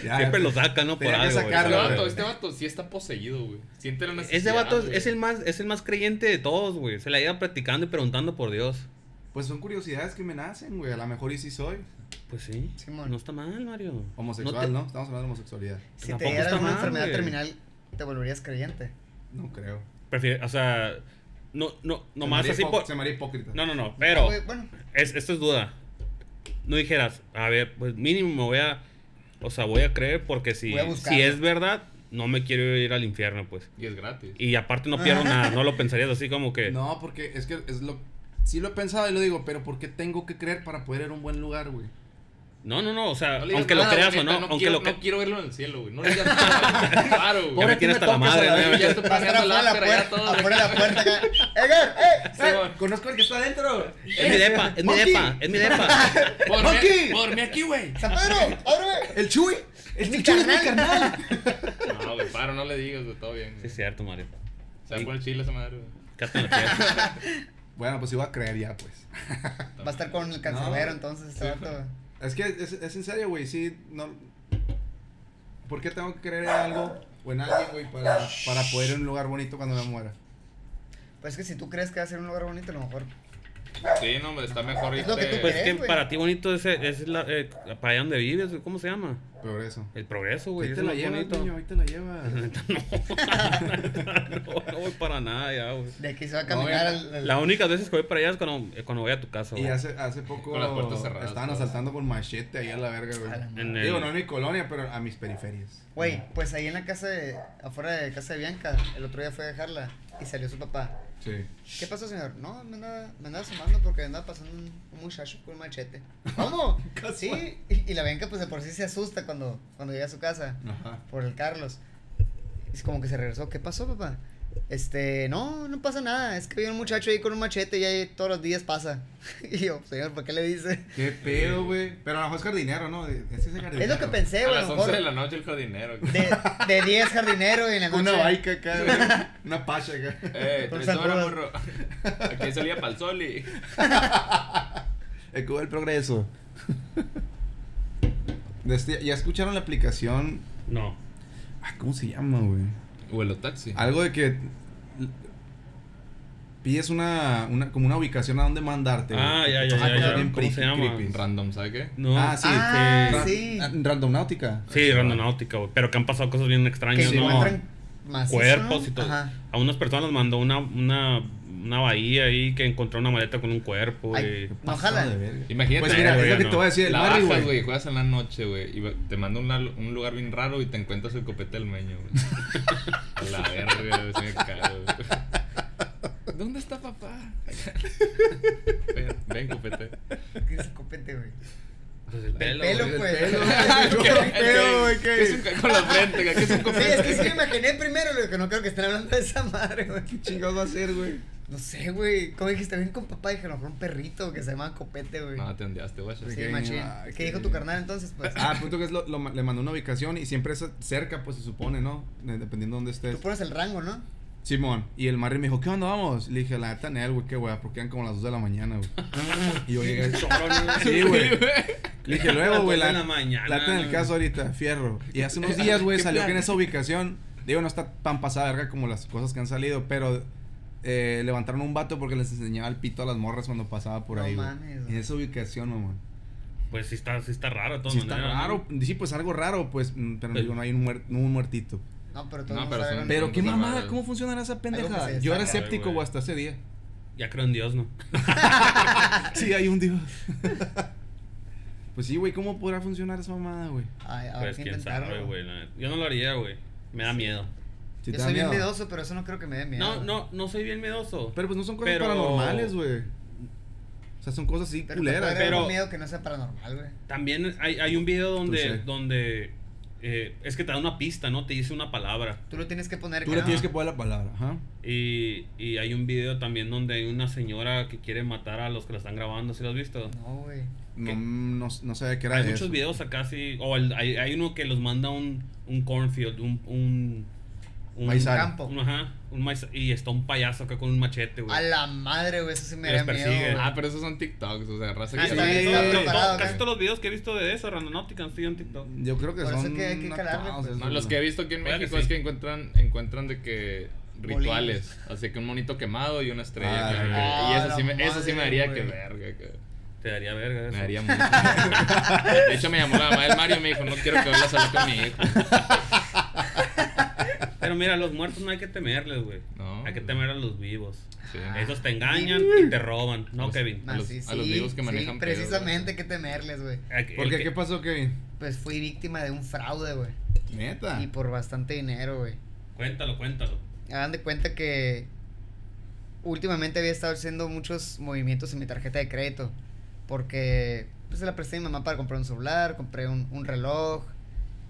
A: Ya,
C: Siempre
A: ya.
C: lo sacan, ¿no? Por
A: Tenía que
C: algo, güey.
B: Este
A: sacarlo,
B: vato,
A: güey.
B: este vato sí está poseído, güey. Siente la necesidad.
C: Ese vato es-
B: güey.
C: es el, más, es el más creyente de todos, güey. Se la iba practicando y preguntando por Dios.
A: Pues son curiosidades que me nacen, güey. A lo mejor y sí soy.
C: Pues sí.
D: Simón.
C: No está mal, Mario.
A: Homosexual,
C: te-
A: ¿no? Estamos hablando de homosexualidad.
D: Si te
C: Tampoco
D: diera
C: está
D: una
C: mal,
D: enfermedad
C: güey.
D: terminal, te volverías creyente.
A: No creo.
C: Prefiere- o sea, no, no,
A: Se
C: nomás
A: me haría
C: así
A: hipo-
C: por...
A: Se me haría hipócrita.
C: No, no, no, pero
D: Güey, bueno,
C: es, esto es duda. No dijeras, a ver, pues mínimo me voy a... O sea, voy a creer porque si,
D: Voy a buscarlo.
C: si es verdad, no me quiero ir al infierno, pues.
B: Y es gratis.
C: Y aparte no pierdo nada, no lo pensarías así como que...
A: No, porque es que es lo. Sí lo he pensado y lo digo, pero ¿por qué tengo que creer para poder ir a un buen lugar, güey?
C: No, no, no, o sea,
B: No le digas
C: aunque
B: nada,
C: lo creas
B: güey,
C: o no,
B: neta,
C: aunque
B: quiero,
C: lo que...
B: no quiero verlo en el cielo, güey. No le digas nada.
C: [laughs]
B: güey. Claro,
C: Ya
B: güey.
C: me
A: Ahora
C: tiene
A: tú
C: hasta
A: me
C: la
A: tocas a
C: madre,
A: la
C: ¿no? [laughs]
B: Ya estoy
D: va a estar
B: pasando la
D: afuera la
B: ya todo.
D: puerta. Afuera la puerta acá. ¡Edgar! ¡Eh!
B: Simón.
A: Conozco al que está adentro.
C: Es mi depa, es mi
A: Monkey.
C: depa, es mi depa.
B: Ponme,
A: ¡Monkey!
B: ponme aquí, güey.
D: ¡San Pedro! ¡Ábreme!
A: El Chuy. El
D: mi
A: Chuy es mi
D: carnal. [laughs]
A: carnal.
B: No, güey, paro, no le digas, güey. Todo bien.
C: Sí,
B: güey.
C: es cierto, Mario.
B: Se va a poner chile esa madre, güey.
C: Cata en la piel.
A: Bueno, pues iba a creer ya, pues.
D: Va a estar con el cancerbero, entonces, este
B: Sí.
D: vato, güey.
A: Es que es, es en serio, güey. Sí, no. ¿Por qué tengo que creer en algo o en alguien, güey, para, para poder ir a un lugar bonito cuando me muera?
D: Pues es que si tú crees que va a ser un lugar bonito, a lo mejor.
B: Sí, no, hombre, está mejor
D: Es lo que
B: irte-
D: tú
C: Pues es que
D: crees, güey?
C: para ti bonito es, es la, eh, para allá donde vives, güey, ¿cómo se llama?
A: Progreso.
C: El progreso, güey.
A: Ahí
C: eso
A: te
C: es
A: la
C: lo
A: llevas,
C: bonito.
A: niño, ahí te la llevas.
C: [laughs] no, no voy para nada ya, güey.
D: De aquí se va a caminar
A: No,
D: al. al-
C: La única veces que voy para allá es cuando, eh, cuando voy a tu casa,
A: Y
C: güey.
A: hace, hace poco
B: Con las puertas cerradas,
A: estaban
B: todas.
A: asaltando con machete ahí a la verga, güey.
D: A la madre.
C: En el-
A: Digo, no en mi colonia, pero a mis periferias.
D: Güey, pues ahí en la casa de. afuera de casa de Bianca, el otro día fue a dejarla y salió su papá.
A: Sí.
D: ¿Qué pasó, señor? No, me andaba, me andaba asomando porque andaba pasando un, un muchacho con un machete. ¿Cómo? sí. Y, y la Bianca, pues de por sí se asusta cuando, cuando llega a su casa
A: Ajá.
D: por el Carlos. Es como que se regresó. ¿Qué pasó, papá? Este, no, no pasa nada. Es que había un muchacho ahí con un machete y ahí todos los días pasa. [laughs] Y yo, señor, ¿por qué le dice?
A: Qué pedo, güey. Pero a lo mejor es jardinero, ¿no? De- Ese es el jardinero.
D: Es lo que pensé,
B: A
D: güey. A
B: las
D: lo
B: 11 de la
D: mejor
B: noche el jardinero. güey.
D: de, de 10 jardineros y en la
A: [laughs]
D: noche.
A: Una baica acá, güey. Una pacha acá.
B: Eh,
D: Con
B: tres
D: San
B: horas,
D: Judas. [laughs]
B: morro. Aquí salía pa'l sol y...
A: El cubo del progreso. Desde- ya escucharon la aplicación.
C: No.
A: Ah, ¿Cómo se llama, güey?
B: Vuelo taxi.
A: Algo de que. Pides una, una. como una ubicación a dónde mandarte. güey.
C: Ah, ya, ya,
A: Ah,
C: ya,
A: cosas
C: ya.
A: bien
C: ¿Cómo se llama?
A: creepy.
B: Random, ¿sabes qué?
C: No.
A: Ah, sí.
D: Ah,
A: Ra-
D: sí.
A: ah, Randomnáutica.
C: Sí, randonáutica, güey. Pero que han pasado cosas bien
D: Que
C: extrañas,
D: se
C: ¿no?
D: encuentran más.
C: Cuerpos y todo.
D: Ajá.
C: A unas personas mandó una, una, una bahía ahí que encontró una maleta con un cuerpo,
D: Ay.
C: güey.
D: No
A: Pasado
D: jala.
A: de verga.
B: Imagínate,
A: Pues mira, es
C: güey,
A: lo que
C: no.
A: te voy a decir. El
B: la
A: Mari,
B: bajas,
A: güey.
B: güey, juegas en la noche, güey, y va- te manda una- un lugar bien raro y te encuentras el copete del meño, [laughs] güey. A la verga, güey, se me cago, güey. ¿Dónde está papá? ven, ven, copete.
D: ¿Qué es el copete, güey?
C: Pues el
D: Del
C: pelo,
D: pelo,
C: güey.
D: pues.
B: [laughs]
A: pelo.
D: [laughs]
B: ¿Qué-
A: pedo, güey, qué?
B: qué es un ca- con la frente, güey? ¿Qué es un
D: Sí, es
B: copete?
D: que sí me imaginé primero, lo que no creo que estén hablando de esa madre, güey.
A: chingados va a ser, güey?
D: No sé, güey. Como dijiste, bien con papá, dije, no, fue un perrito que se llama Copete, güey.
C: Ah,
B: No, te ondeaste, güey.
D: Sí,
A: qué-
D: machín.
A: ah,
D: ¿Qué dijo
A: qué-
D: tu carnal entonces? Pues,
A: Ah, el punto que es lo, lo ma- le mandó una ubicación y siempre es cerca, pues se supone, ¿no? De- Dependiendo de dónde
C: pues.
A: estés.
D: tú pones el rango, ¿no?
A: Simón. Y el Marri me dijo, ¿qué onda vamos? Le dije, la neta, Nel, güey, qué güey, porque eran como las 2 de la mañana,
C: [laughs]
A: güey. y yo llegué. Sí, güey. Le dije, luego, güey,
C: Las
A: la,
C: dos de la mañana,
A: la neta en el
C: güey.
A: caso ahorita, fierro. Y hace
C: [laughs]
A: unos días, güey,
B: ¿Qué
A: salió que en
B: plan?
A: esa ubicación, digo, no está tan pasada verga como las cosas que han salido, pero eh, levantaron un vato porque les enseñaba el pito a las morras cuando pasaba por
D: No
A: ahí. güey.
D: mames, güey.
A: En esa ubicación, mamón.
C: Pues sí está, sí está raro de todas
A: Sí, está
C: maneras, ¿no?
A: raro. Sí, pues algo raro, pues, mm, pero
C: Pero-
A: digo, no hay un, muer- no un muertito.
D: No, pero todos
B: No,
D: no,
B: pero son-
A: Pero
B: no,
A: qué
B: no, no,
A: mamada,
B: no.
A: ¿cómo funciona esa
D: Algo que
A: pendejada?
D: se
A: Yo era
D: destaca,
A: escéptico,
B: güey.
A: güey, hasta ese día.
C: Ya creo en Dios, ¿no?
A: Sí, hay un dios. [laughs] pues sí, güey, ¿cómo podrá funcionar esa mamada, güey?
D: Ay, a ver
C: Pues
D: qué
C: quién sabe,
D: intentaron.
C: güey. la neta. Yo no lo haría, güey. Me da miedo.
A: Si te
D: Yo
A: da
D: soy bien
A: miedo.
D: miedoso, pero eso no creo que me dé miedo.
C: No, no, no soy bien miedoso.
A: Pero pues no son cosas
C: Pero-
A: paranormales, güey. O sea, son cosas así
D: Pero te
A: culeras.
D: puede dar
C: pero-
D: un miedo que no sea paranormal, güey.
C: También hay, hay un video donde,
A: Touché.
C: donde eh, es que te da una pista, ¿no? Te dice una palabra.
D: Tú lo tienes que poner.
A: Tú
D: que
A: le
D: no.
A: tienes que poner la palabra, ajá.
C: Y, y hay un video también donde hay una señora que quiere matar a los que la están grabando, ¿sí lo has visto?
D: No, güey.
A: No,
C: ¿Qué?
A: no, no sabía qué era
C: Hay
A: de
C: muchos
A: eso.
C: videos acá, sí. O el- hay, hay uno que los manda un, un cornfield, un... un, un
A: Maizal.
D: Campo.
C: un- ajá, un maiz- y está un payaso acá con un machete, güey.
D: A la madre, güey. Eso sí me
C: Y
D: da
C: los
D: miedo.
C: persigue.
D: güey.
B: Ah, pero esos son TikToks, o sea, raza
D: Ah,
B: que...
D: está bien,
B: Sí.
D: está bien.
C: Todo-
D: preparado,
C: casi
D: ¿no?
C: todos los videos que he visto de eso, Randonautica, estoy en TikTok.
A: Yo creo que
D: Por eso
A: son.
D: que hay que
A: una
D: calarle,
A: causa,
D: pues.
A: eso,
B: No, los que he visto aquí en
C: Puede que
B: México
C: sí.
B: es que encuentran, encuentran de que rituales, así que un monito quemado y una estrella.
A: Ah,
B: que-
D: ah,
B: y eso
D: la
B: sí, me, eso sí me
D: madre,
B: haría
D: güey.
B: que verga, que-
C: Te daría verga eso.
B: Me haría mucho. De hecho, me llamó la mamá del Mario y me dijo, no quiero que vuelvas a hablar con mi hijo.
C: Pero mira, a los muertos no hay que temerles, güey.
B: No. Ah.
C: Hay que temer a los vivos.
B: Sí.
C: Esos te engañan y te roban. No,
B: Los-
C: Kevin.
D: Ah,
B: a los-
D: sí,
B: a los
D: sí,
B: vivos que
D: sí,
B: manejan pedos,
D: precisamente
B: güey.
D: que temerles, güey.
C: El que-
A: ¿Por qué? ¿Qué pasó, Kevin?
D: Pues fui víctima de un fraude, güey.
A: Neta.
D: Y por bastante dinero, güey.
C: Cuéntalo, cuéntalo.
D: Hagan de cuenta que últimamente había estado haciendo muchos movimientos en mi tarjeta de crédito. Porque pues, se la presté a mi mamá para comprar un celular, compré un, un reloj.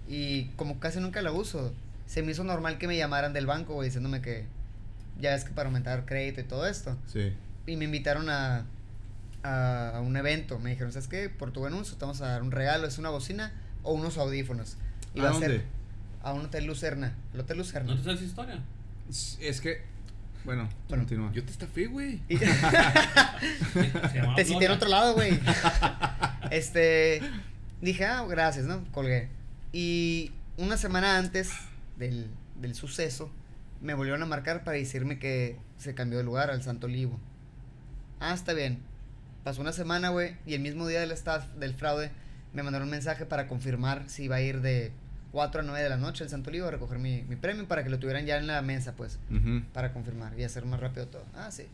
D: Y como casi nunca la uso, se me hizo normal que me llamaran del banco, güey, diciéndome que ya es que para aumentar crédito y todo esto.
A: Sí.
D: y me invitaron a, a, a un evento. Me dijeron, ¿sabes qué? Por tu buen uso te vamos a dar un regalo, es una bocina o unos audífonos. Y
A: ¿A
D: va
A: dónde?
D: ser a un hotel Lucerna. El hotel Lucerna.
C: ¿No te
B: [laughs]
C: sabes historia?
A: Es es que. Bueno,
D: Bueno,
A: continúa.
B: Yo te estafé, güey.
D: Y- [laughs] te cité en otro lado, güey. este, dije, ah, gracias, ¿no? Colgué. Y una semana antes del, del suceso, me volvieron a marcar para decirme que se cambió de lugar al Santo Olivo. Ah, está bien. Pasó una semana, güey, y el mismo día del, esta- del fraude me mandaron un mensaje para confirmar si iba a ir de 4 a 9 de la noche al Santo Olivo a recoger mi, mi premio para que lo tuvieran ya en la mesa, pues
A: Ujú.
D: para confirmar y hacer más rápido todo. Ah, sí.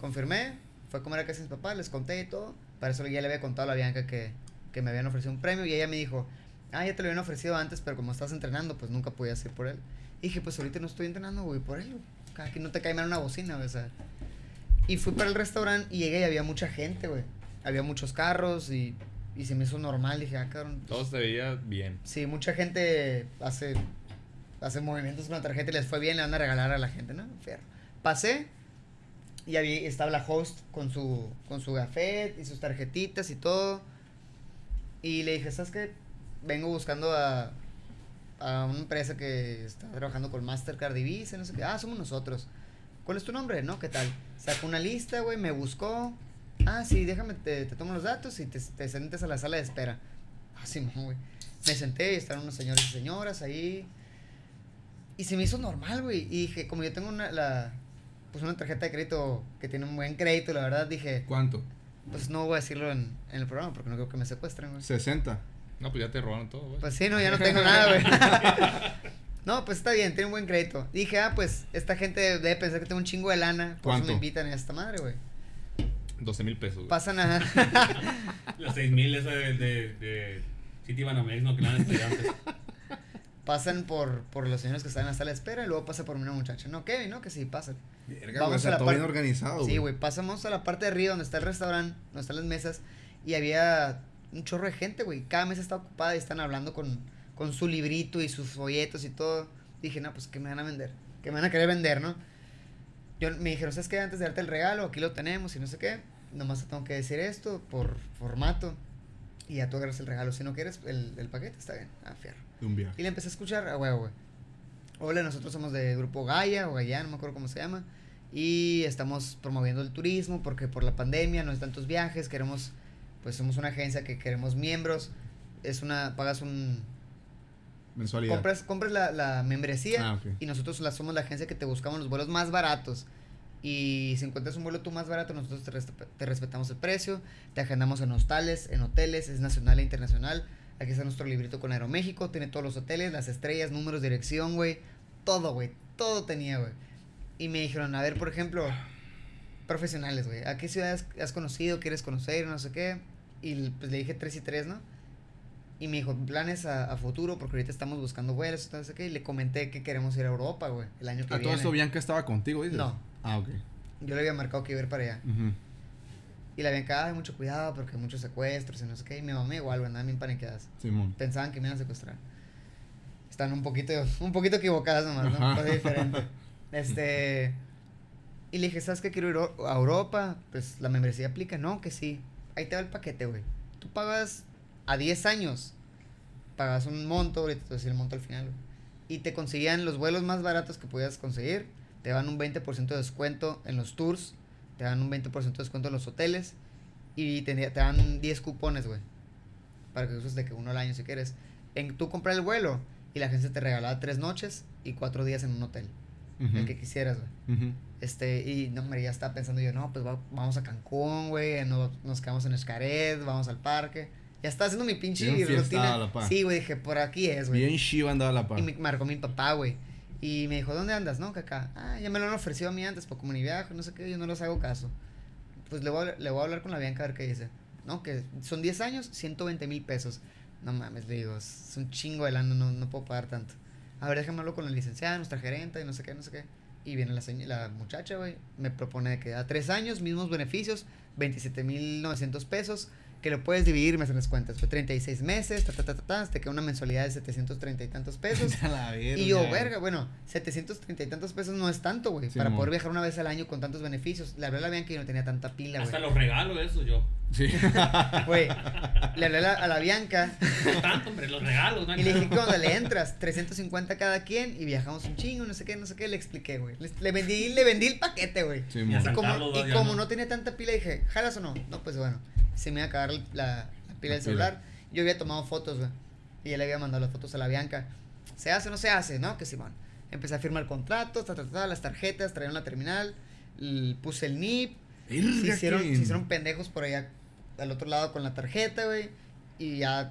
D: Confirmé, fue a comer a casa de mis papás, les conté y todo. Para eso ya le había contado a la Bianca que, que me habían ofrecido un premio y ella me dijo, ah, ya te lo habían ofrecido antes, pero como estás entrenando, pues nunca podías ir por él. Y dije, pues ahorita no estoy entrenando, güey, por él. güey. Cada quien no te cae mal una bocina, güey, o sea. Y fui para el restaurante y llegué y había mucha gente, güey. Había muchos carros y, y se me hizo normal. Dije, ah, cabrón.
B: Todo se veía bien.
D: Sí, mucha gente hace, hace movimientos con la tarjeta y les fue bien, le van a regalar a la gente, ¿no? Fierro. Pasé y ahí estaba la host con su, con su gafet y sus tarjetitas y todo. Y le dije, ¿sabes qué? Vengo buscando a, a una empresa que está trabajando con Mastercard y Visa, no sé qué. Ah, somos nosotros. ¿Cuál es tu nombre? ¿No? ¿Qué tal? Sacó una lista, güey, me buscó. Ah, sí, déjame, te, te tomo los datos y te, te sientes a la sala de espera. Ah, sí, no, güey. Me senté y estaban unos señores y señoras ahí. Y se me hizo normal, güey. Y dije, como yo tengo una, la, pues una tarjeta de crédito que tiene un buen crédito, la verdad, dije,
A: ¿Cuánto?
D: pues no voy a decirlo en, en el programa porque no creo que me secuestren, güey.
A: 60.
B: No, pues ya te robaron todo, güey.
D: Pues sí, no, ya no tengo nada, güey. [laughs] No, pues está bien, tiene un buen crédito. Dije, ah, pues esta gente debe pensar que tengo un chingo de lana. Por eso
A: ¿Cuánto?
D: me invitan a esta madre, güey.
B: 12 mil pesos, güey.
D: Pasan a. [laughs]
C: Las 6000 esa de, de, de City Banamex, ¿no? Que la dan
D: [laughs]
C: estudiantes.
D: pasan por, por los señores que están en la sala de espera y luego pasa por una muchacha. No, Kevin, ¿no? Que sí, pasan.
A: Verga,
D: Vamos
A: güey, o sea,
D: a la
A: todo
D: par-
A: bien organizado,
D: Sí, güey, pasamos a la parte de arriba donde está el restaurante, donde están las mesas, y había un chorro de gente, güey. Cada mesa está ocupada y están hablando con, con su librito y sus folletos y todo. Dije, no, pues, ¿qué me van a vender? ¿Qué me van a querer vender, no? yo, me dijeron, ¿sabes qué? Antes de darte el regalo, aquí lo tenemos y no sé qué. Nomás te tengo que decir esto por formato. Y ya tú agarras el regalo. Si no quieres el, el paquete, está bien. Ah, fierro.
A: De un viaje.
D: Y le empecé a escuchar a huevo, güey. Hola, nosotros somos de grupo Gaia o Gaia, no me acuerdo cómo se llama. Y estamos promoviendo el turismo porque por la pandemia no hay tantos viajes. Queremos, pues somos una agencia que queremos miembros. Es una, pagas un,
A: Mensualidad.
D: compras, compras la, la membresía
A: Ah, ok.
D: y nosotros la somos la agencia que te buscamos los vuelos más baratos. Y si encuentras un vuelo tú más barato, nosotros te, resp- te respetamos el precio, te agendamos en hostales, en hoteles, es nacional e internacional. Aquí está nuestro librito con Aeroméxico, tiene todos los hoteles, las estrellas, números, dirección, güey. Todo, güey, todo tenía, güey. Y me dijeron, a ver, por ejemplo, profesionales, güey. ¿A qué ciudades has conocido, quieres conocer, no sé qué? Y pues le dije 3 y 3, ¿no? Y me dijo, planes a, a futuro, porque ahorita estamos buscando vuelos, no sé qué. Y le comenté que queremos ir a Europa, güey, el año que
A: A Ah, todo
D: viene.
A: esto Bianca estaba contigo, dices.
D: No.
A: Ah, ok.
D: Yo le había marcado que iba a ir para allá.
A: Ujú.
D: Y la Bianca, ay, mucho cuidado, porque hay muchos secuestros y no sé qué. Y mi mamá igual, güey, andaban bien paniqueadas.
A: Simón.
D: Pensaban que me iban a secuestrar. Están un poquito, un poquito equivocadas nomás, ¿no?
A: Ajá.
D: Cosa diferente. Este... Y le dije, ¿sabes qué? Quiero ir o- a Europa. Pues la membresía aplica. No, que sí. Ahí te va el paquete, güey. Tú pagas a 10 años. Pagas un monto, ahorita te voy a decir el monto al final. güey. Y te conseguían los vuelos más baratos que podías conseguir. Te dan un 20% de descuento en los tours. Te dan un 20% de descuento en los hoteles. Y te, te dan 10 cupones, güey. Para que uses de que uno al año si quieres. En, tú compras el vuelo y la agencia te regalaba 3 noches y 4 días en un hotel.
A: Ujú.
D: El que quisieras, güey.
A: Ujú.
D: Este, y no, hombre, ya estaba pensando yo, no, pues va- vamos a Cancún, güey, no- nos quedamos en Escaret, vamos al parque. Ya estaba haciendo mi pinche
A: Bien fiestada
D: rutina.
A: la pa.
D: Sí, güey, dije, por aquí es, güey.
A: Bien Shiva andaba la pa. [laughs]
D: Y me marcó mi papá, güey. Y me dijo, ¿dónde andas? No, que acá. Ah, ya me lo han ofrecido a mí antes, por como ni viajo, no sé qué, yo no les hago caso. Pues le voy a, le voy a hablar con la Bianca a ver qué dice. No, que son 10 años, 120 mil pesos. No mames, le digo, es un chingo de lana, no, no puedo pagar tanto. A ver, déjame hablar con la licenciada, nuestra gerente, y no sé qué, no sé qué. Y viene la, señ- la muchacha, güey, me propone de que a 3 años, mismos beneficios, 27 mil 900 pesos, que lo puedes dividir, me hacen las cuentas. Fue 36 meses, ta, ta, ta, ta, ta, te queda una mensualidad de 730 y tantos pesos.
A: A la [laughs] verga.
D: Y yo, verga, bueno, 730 y tantos pesos no es tanto, güey, para
A: Simón.
D: poder viajar una vez al año con tantos beneficios. La verdad, la Bianca yo no tenía tanta pila,
C: Hasta
D: güey.
C: los regalos, eso yo.
D: [laughs]
A: Sí. [laughs]
D: Güey, le hablé a la, a la Bianca
C: No tanto, hombre, los regalos, no hay
D: y le dije,
C: pedo.
D: ¿qué onda? Le entras, 350 cada quien y viajamos un chingo, no sé qué, no sé qué. Le expliqué, güey. Le, le vendí, le vendí el paquete, güey.
A: Simón.
D: Y como,
C: Carlos,
D: y
C: ya
D: como
C: no.
D: no tenía tanta pila, dije, ¿jalas o no? No, pues bueno, se me iba a acabar la, la pila
A: La
D: del celular. Yo había tomado fotos, güey. Y ya le había mandado las fotos a la Bianca. ¿Se hace o no se hace? ¿No? Que Simón. Empecé a firmar contratos, ta, ta, ta, las tarjetas, traían la terminal, l- puse el NIP. Se
A: Verga,
D: hicieron, se
A: que-
D: hicieron pendejos por allá al otro lado con la tarjeta, güey. Y ya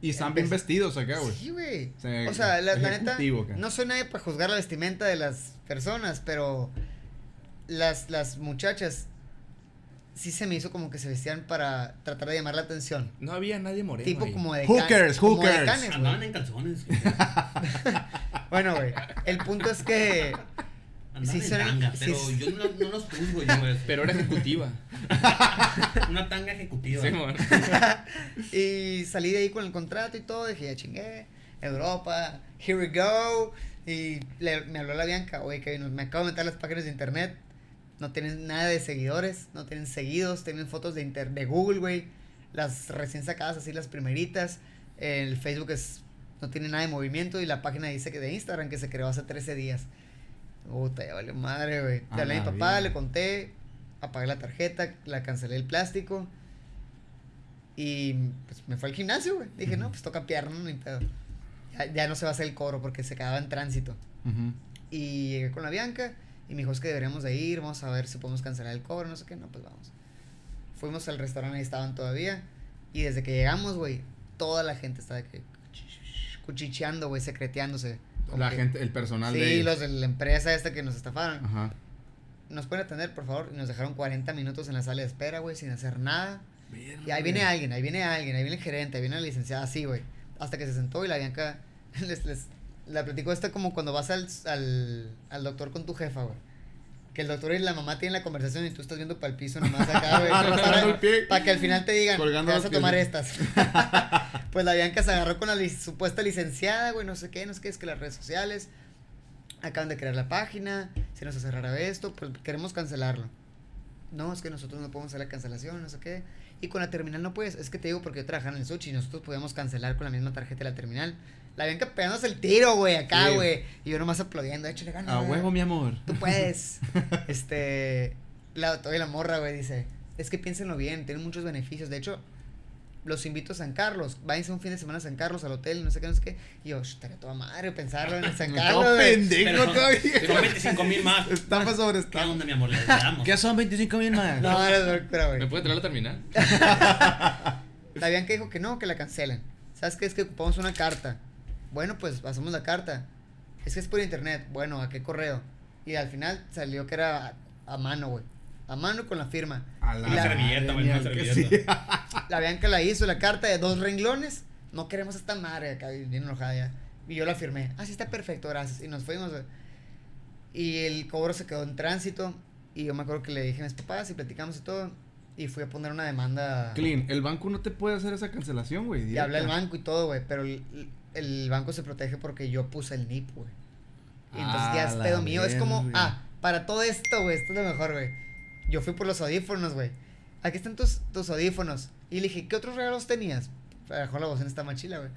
A: Y están bien
D: Empezó-
A: vestidos acá, güey.
D: Sí, güey.
A: O sea,
D: O sea, la, la neta,
A: ejecutivo acá.
D: no soy nadie para juzgar la vestimenta de las personas, pero las, las muchachas sí se me hizo como que se vestían para tratar de llamar la atención.
B: No había nadie moreno.
D: Tipo
B: ahí.
D: como de
A: Hookers,
D: como de
A: hookers. Ah,
D: canes, güey.
C: Andaban en calzones.
D: [laughs]
C: güey.
D: Bueno, güey, el punto es que
C: Andaban
D: Sí,
C: en
D: suena-
C: tanga,
D: sí,
C: pero
D: sí.
C: yo no, no los juzgo yo por eso.
B: Pero era
D: [laughs]
B: ejecutiva.
C: Una tanga ejecutiva.
B: Sí, mon.
D: [laughs] y salí de ahí con el contrato y todo, dije, ya chingué, Europa, here we go. Y le- me habló la Bianca, oye, Kevin, me acabo de meter a las páginas de internet, no tienen nada de seguidores, no tienen seguidos, tienen fotos de, inter de Google, güey, las recién sacadas así, las primeritas, el Facebook es, no tiene nada de movimiento y la página dice que de Instagram que se creó hace 13 días. Puta, ya vale madre, güey.
A: A
D: Le hablé a mi
A: la
D: papá,
A: vida.
D: le conté, apagué la tarjeta, la cancelé el plástico. Y pues me fue al gimnasio, güey. Dije, no, pues toca pierna, ni pedo. Ya, ya no se va a hacer el coro porque se quedaba en tránsito.
A: Ujú.
D: Y llegué con la Bianca y me dijo, es que deberíamos de ir, vamos a ver si podemos cancelar el cobro, no sé qué, no, pues vamos. Fuimos al restaurante, ahí estaban todavía. Y desde que llegamos, güey, toda la gente estaba de que cuchicheando, güey, secreteándose. Como
A: La
D: que-
A: gente, el personal de
D: Sí,
A: ellos.
D: los de la empresa esta que nos estafaron
A: Ajá.
D: nos pueden atender, por favor. Y nos dejaron 40 minutos en la sala de espera, güey, sin hacer nada. Y ahí viene alguien, ahí viene alguien, ahí viene el gerente, ahí viene la licenciada, así, güey. Hasta que se sentó y la Bianca [laughs] les, les la platicó esta como cuando vas al, al, al doctor con tu jefa, güey. Que el doctor y la mamá tienen la conversación y tú estás viendo para el piso nomás
A: [laughs]
D: acá, güey.
A: Arrastrando el pie.
D: Para que al final te digan,
A: Colgando
D: te vas a
A: los
D: tomar
A: pies.
D: estas.
A: [laughs]
D: pues la Bianca se agarró con la lic- supuesta licenciada, güey, no sé qué, no sé qué, es que las redes sociales. acaban de crear la página, se nos hace rara esto, pues queremos cancelarlo. No, es que nosotros no podemos hacer la cancelación, no sé qué. Y con la terminal no puedes. Es que te digo porque yo trabajaba en el Suchi y nosotros podíamos cancelar con la misma tarjeta de la terminal. La habían pegándose el tiro, güey, acá,
A: Sí.
D: güey. Y yo nomás aplaudiendo, échale ganas.
A: A
D: güey.
A: huevo, mi amor.
D: Tú
A: [laughs]
D: puedes. este. La, todavía la morra, güey, dice: Es que piénsenlo bien, tienen muchos beneficios. De hecho, los invito a San Carlos. Váyanse un fin de semana a San Carlos, al hotel, no sé qué, no sé qué. Y yo, "Sh, estaría toda madre pensarlo
A: [laughs]
D: en San Carlos.
A: No,
D: güey".
A: pendejo
C: Pero-
D: [laughs]
C: Son
A: todavía.
C: 25 mil más.
A: Estafa sobre
C: ¿Qué
A: estafa.
C: onda, mi amor? Le damos.
A: son 25 mil más?
D: No, era locura,
B: ¿Me
D: güey.
B: puede traer la
D: [laughs]
B: terminal?
D: Sabían que dijo que no, que la cancelan. ¿Sabes qué? Es que ocupamos una carta. Bueno, pues hacemos la carta. Es que es por internet. Bueno, ¿a qué correo? Y al final salió que era a, a mano, güey. A mano con la firma.
A: A la
D: Y
C: Una
D: la-
C: servilleta, güey, una
A: Madre mía, que
C: servilleta.
D: La Bianca la hizo, la carta de dos renglones. No queremos esta madre acá, bien enojada ya. Y yo la firmé. Ah, sí, está perfecto, gracias. Y nos fuimos. güey. Y el cobro se quedó en tránsito. Y yo me acuerdo que le dije a mis papás y platicamos y todo. Y fui a poner una demanda.
A: Clean, el banco no te puede hacer esa cancelación, güey.
D: Y
A: directa.
D: hablé al banco y todo, güey. Pero el, el banco se protege porque yo puse el NIP, güey. Y entonces
A: Ah,
D: ya es
A: la
D: pedo mío. Es como,
A: verga.
D: ah, para todo esto, güey, esto es lo mejor, güey. Yo fui por los audífonos, güey. Aquí están tus, tus audífonos. Y le dije, ¿qué otros regalos tenías? Me Dejó la voz en esta mochila, güey.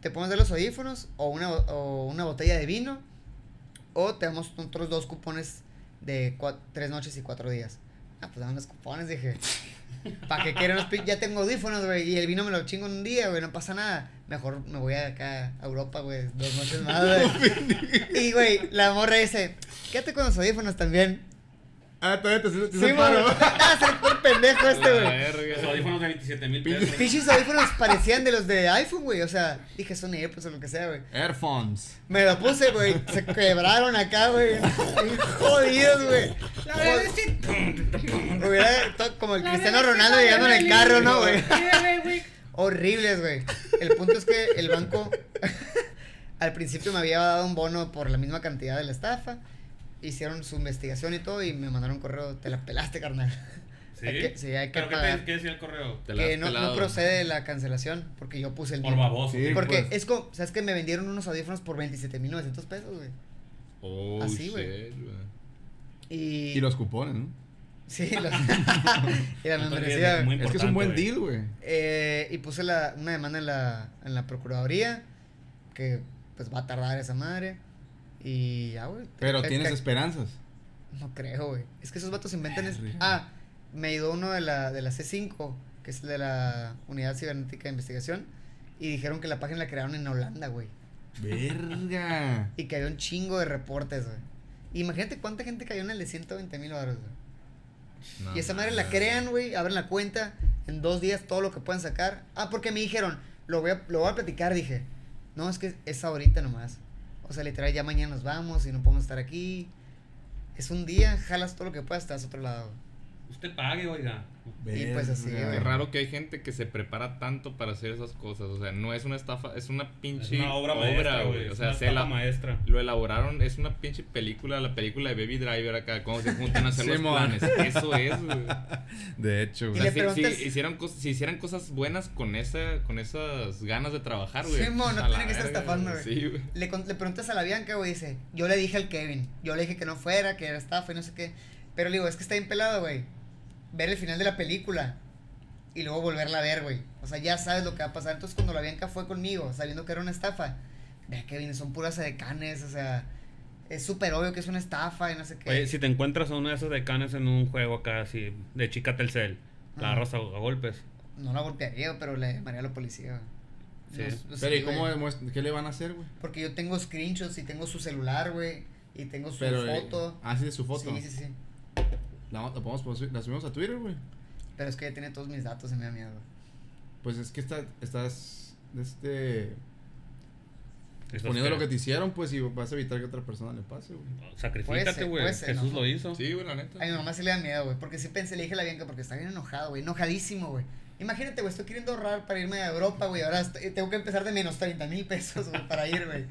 D: Te podemos dar los audífonos o una, bo- o una botella de vino. O te damos otros dos cupones de cua- tres noches y cuatro días. Ah, pues dame los cupones, dije. ¿Para qué quiero los pi- Ya tengo audífonos, güey. Y el vino me lo chingo en un día, güey. No pasa nada. Mejor me voy acá a Europa, güey. Dos noches más, güey. y, güey, la morra dice: Quédate con los audífonos también.
A: Ah, todavía te, te,
D: Sí,
A: te
D: güey.
A: paro.
D: [laughs]
A: [laughs]
D: Ah, se fue el pendejo este,
B: La
D: güey.
C: Los
B: verga.
C: audífonos de 27 mil pesos.
D: Pinches audífonos parecían de los de iPhone, güey. O sea, dije, son AirPods o lo que sea, güey.
A: Airphones.
D: Me lo puse, güey. Se quebraron acá, güey. Jodidos, güey. Hubiera to- como el Cristiano Ronaldo llegando en el carro, ¿no, güey? Horribles, güey. El punto es que el banco [laughs] al principio me había dado un bono por la misma cantidad de la estafa. Hicieron su investigación y todo y me mandaron un correo, te la pelaste, carnal.
C: Sí.
D: Hay que- sí, hay que
C: ¿Pero qué,
D: pagar.
C: te- qué decía el correo?
B: Te la
D: que
B: has
D: no, no
B: pelado.
D: procede la cancelación porque yo puse el
C: Por
D: NIP.
C: baboso.
A: Sí.
D: Porque
A: pues.
D: es como, ¿sabes que Me vendieron unos audífonos por 27.900 pesos, güey.
B: Oh,
D: Así,
B: Así,
D: güey.
B: güey.
D: Y,
A: Y los cupones, ¿no?
D: Sí,
A: [laughs]
D: [laughs] los... y la
C: No te olvides,
D: membresía.
C: muy
A: Es que es un
C: importante,
A: buen
C: güey.
A: deal, güey.
D: Eh, y puse la, una demanda en la, en la Procuraduría, que pues va a tardar esa madre. Y ya, güey.
A: Pero
D: Ca-
A: tienes
D: ca-
A: esperanzas.
C: [laughs]
D: No creo, güey. Es que esos vatos inventan... es-
A: Verga.
D: Ah, me ayudó uno de la, de la C5, que es de la Unidad Cibernética de Investigación, y dijeron que la página la crearon en Holanda, güey.
A: Verga.
D: Y que había un chingo de reportes, güey. Imagínate cuánta gente cayó en el de 120 mil dólares, güey.
B: No
D: Y esa madre la
B: mames.
D: crean, güey, abren la cuenta, en dos días todo lo que puedan sacar. Ah, porque me dijeron, lo voy a, lo voy a platicar, dije. No, es que es ahorita nomás. O sea, literal, ya mañana nos vamos y no podemos estar aquí. Es un día, jalas todo lo que puedas, te vas a otro lado.
C: Usted pague, oiga.
D: Y pues así,
A: Verga.
B: Qué raro que hay gente que se prepara tanto para hacer esas cosas. O sea, no es una estafa, es una
C: Es
B: pinche
C: una obra maestra, güey.
B: O sea,
C: es
B: se
C: una
B: la,
C: la maestra.
B: lo elaboraron, es una pinche película, la película de Baby Driver acá, cuando se juntan a hacer los
A: Simón.
B: planes. Eso es,
A: [laughs]
B: güey.
A: De hecho,
B: O
D: Y
A: güey.
D: le
B: sea, si- si,
D: preguntas-
B: hicieran cos- si hicieran cosas buenas con esa, con esas ganas de trabajar, güey.
D: Simón, no
B: a la
D: tiene que estar
B: verga,
D: estafando, güey.
B: Sí, güey.
D: Le, con- le preguntas a la Bianca, güey, dice, yo le dije al Kevin, yo le dije que no fuera, que era estafa y no sé qué. Pero le digo, es que está bien pelado, güey. Ver el final de la película y luego volverla a ver, güey. O sea, ya sabes lo que va a pasar. Entonces, cuando la Bianca fue conmigo, sabiendo que era una estafa, vea, Kevin, son puras decanes, o sea, es súper obvio que es una estafa y no sé qué.
C: Oye, si te encuentras a uno de esos decanes en un juego acá, así, de chica Telcel, la
D: Ajá.
C: agarras a, a golpes.
D: No la golpearía, pero le llamaría a la policía.
C: Sí.
D: No, no sé,
A: Pero ¿y
D: güey.
A: cómo demuestra- ¿Qué le van a hacer, güey?
D: Porque yo tengo screenshots y tengo su celular, güey, y tengo su
A: Pero, eh,
D: foto.
A: Ah, sí, de su foto.
D: Sí, sí, sí.
A: La, la podemos posi- la subimos a Twitter, güey.
D: Pero es que ya tiene todos mis datos y me da miedo.
A: Pues es que está- estás este,
C: Esos
A: poniendo lo que te hicieron, pues, y vas a evitar que otra persona le pase, güey.
D: Puede
C: Sacrifícate,
D: ser,
C: güey.
D: puede ser,
C: Jesús
D: ¿no?
C: lo hizo.
B: Sí, güey, la neta.
D: A mi mamá sí le da miedo, güey. Porque sí pensé, le dije a la Bianca porque está bien enojado, güey. Enojadísimo, güey. Imagínate, güey, estoy queriendo ahorrar para irme a Europa, güey. Ahora estoy- eh, tengo que empezar de menos 30 mil pesos, güey, para ir,
B: [laughs]
D: güey.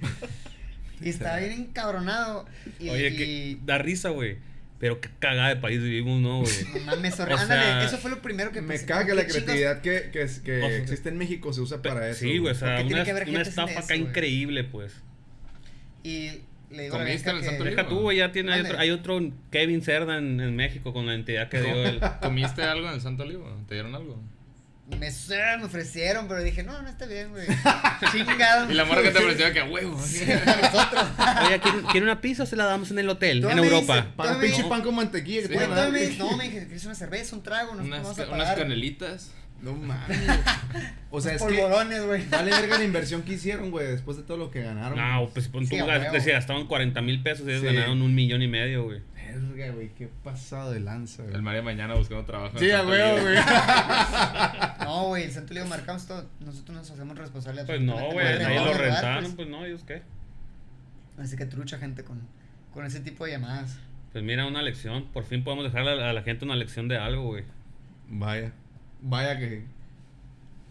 D: Y estaba bien encabronado. Y,
C: Oye,
D: y-
C: que da risa, güey. Pero qué cagada de país vivimos, ¿no, güey?
D: [laughs] no mames,
A: [laughs]
D: horri-
C: O sea,
D: ándale, eso fue lo primero que
A: Me
D: pensé.
A: caga
D: ¿Qué
A: la
D: chingos?
A: creatividad que, que, es- que
C: O sea,
A: existe en México se usa para eso.
C: sí, güey, o
D: ¿Por
C: sea,
D: qué tiene
C: una,
D: que haber
C: una
D: gente sin
C: estafa
D: eso,
C: acá
D: güey?
C: increíble, pues.
D: Y le digo a la
B: ¿Comiste
D: vieja
B: en el
D: que-
B: Santo Olivia?
C: Deja tú, güey, ya tiene, hay
D: Mande.
C: otro, hay otro Kevin Cerda en, en México con la entidad que dio él.
B: ¿Comiste algo en el Santo Olivo? ¿Te dieron algo?
D: Me, suena, me ofrecieron, pero dije, no, no está bien,
B: [laughs]
D: güey. Chingado.
B: Y la morra que te ofreció que a huevo. [laughs]
C: Oye, ¿quiere, quiere una pizza o se la damos en el hotel,
D: Tú
C: en
D: me
C: Europa?
D: dices-
A: Para
D: No.
A: pinche pan con mantequilla que te
B: Sí,
A: van a dar,
D: Güey, todavía me
A: güey.
D: dice, "Pues, no, me dije, ¿quieres una cerveza, un trago? Nos
B: unas,
D: vamos a
B: unas
D: pagar.
B: canelitas.
A: No mames. O sea, es que
D: polvorones, [laughs] güey.
A: vale verga la inversión que hicieron, güey, después de todo lo que ganaron.
C: No, pues pon tú,
D: Ah, Sí, a
C: gas-
D: huevo.
C: que se gastaban 40 mil pesos y ellos
A: Sí.
C: ganaron un millón y medio, güey.
A: Verga, güey, qué pasado de lanza,
B: El
A: güey.
B: María mañana buscando trabajo. en
A: Sí, a
B: Santo
A: huevo,
B: Olivia.
A: güey.
D: No, güey, el Santo Leo marcamos todo. Nosotros nos hacemos responsables.
C: Pues no,
D: absolutamente.
C: güey, ahí
D: Nos
C: lo
D: rentamos el lugar,
C: rentaron, pues no, ellos qué.
D: pues. Así que trucha, gente, con, con ese tipo de llamadas.
C: Pues mira, una lección. Por fin podemos dejar a la, a la gente una lección de algo, güey.
A: Vaya. Vaya que.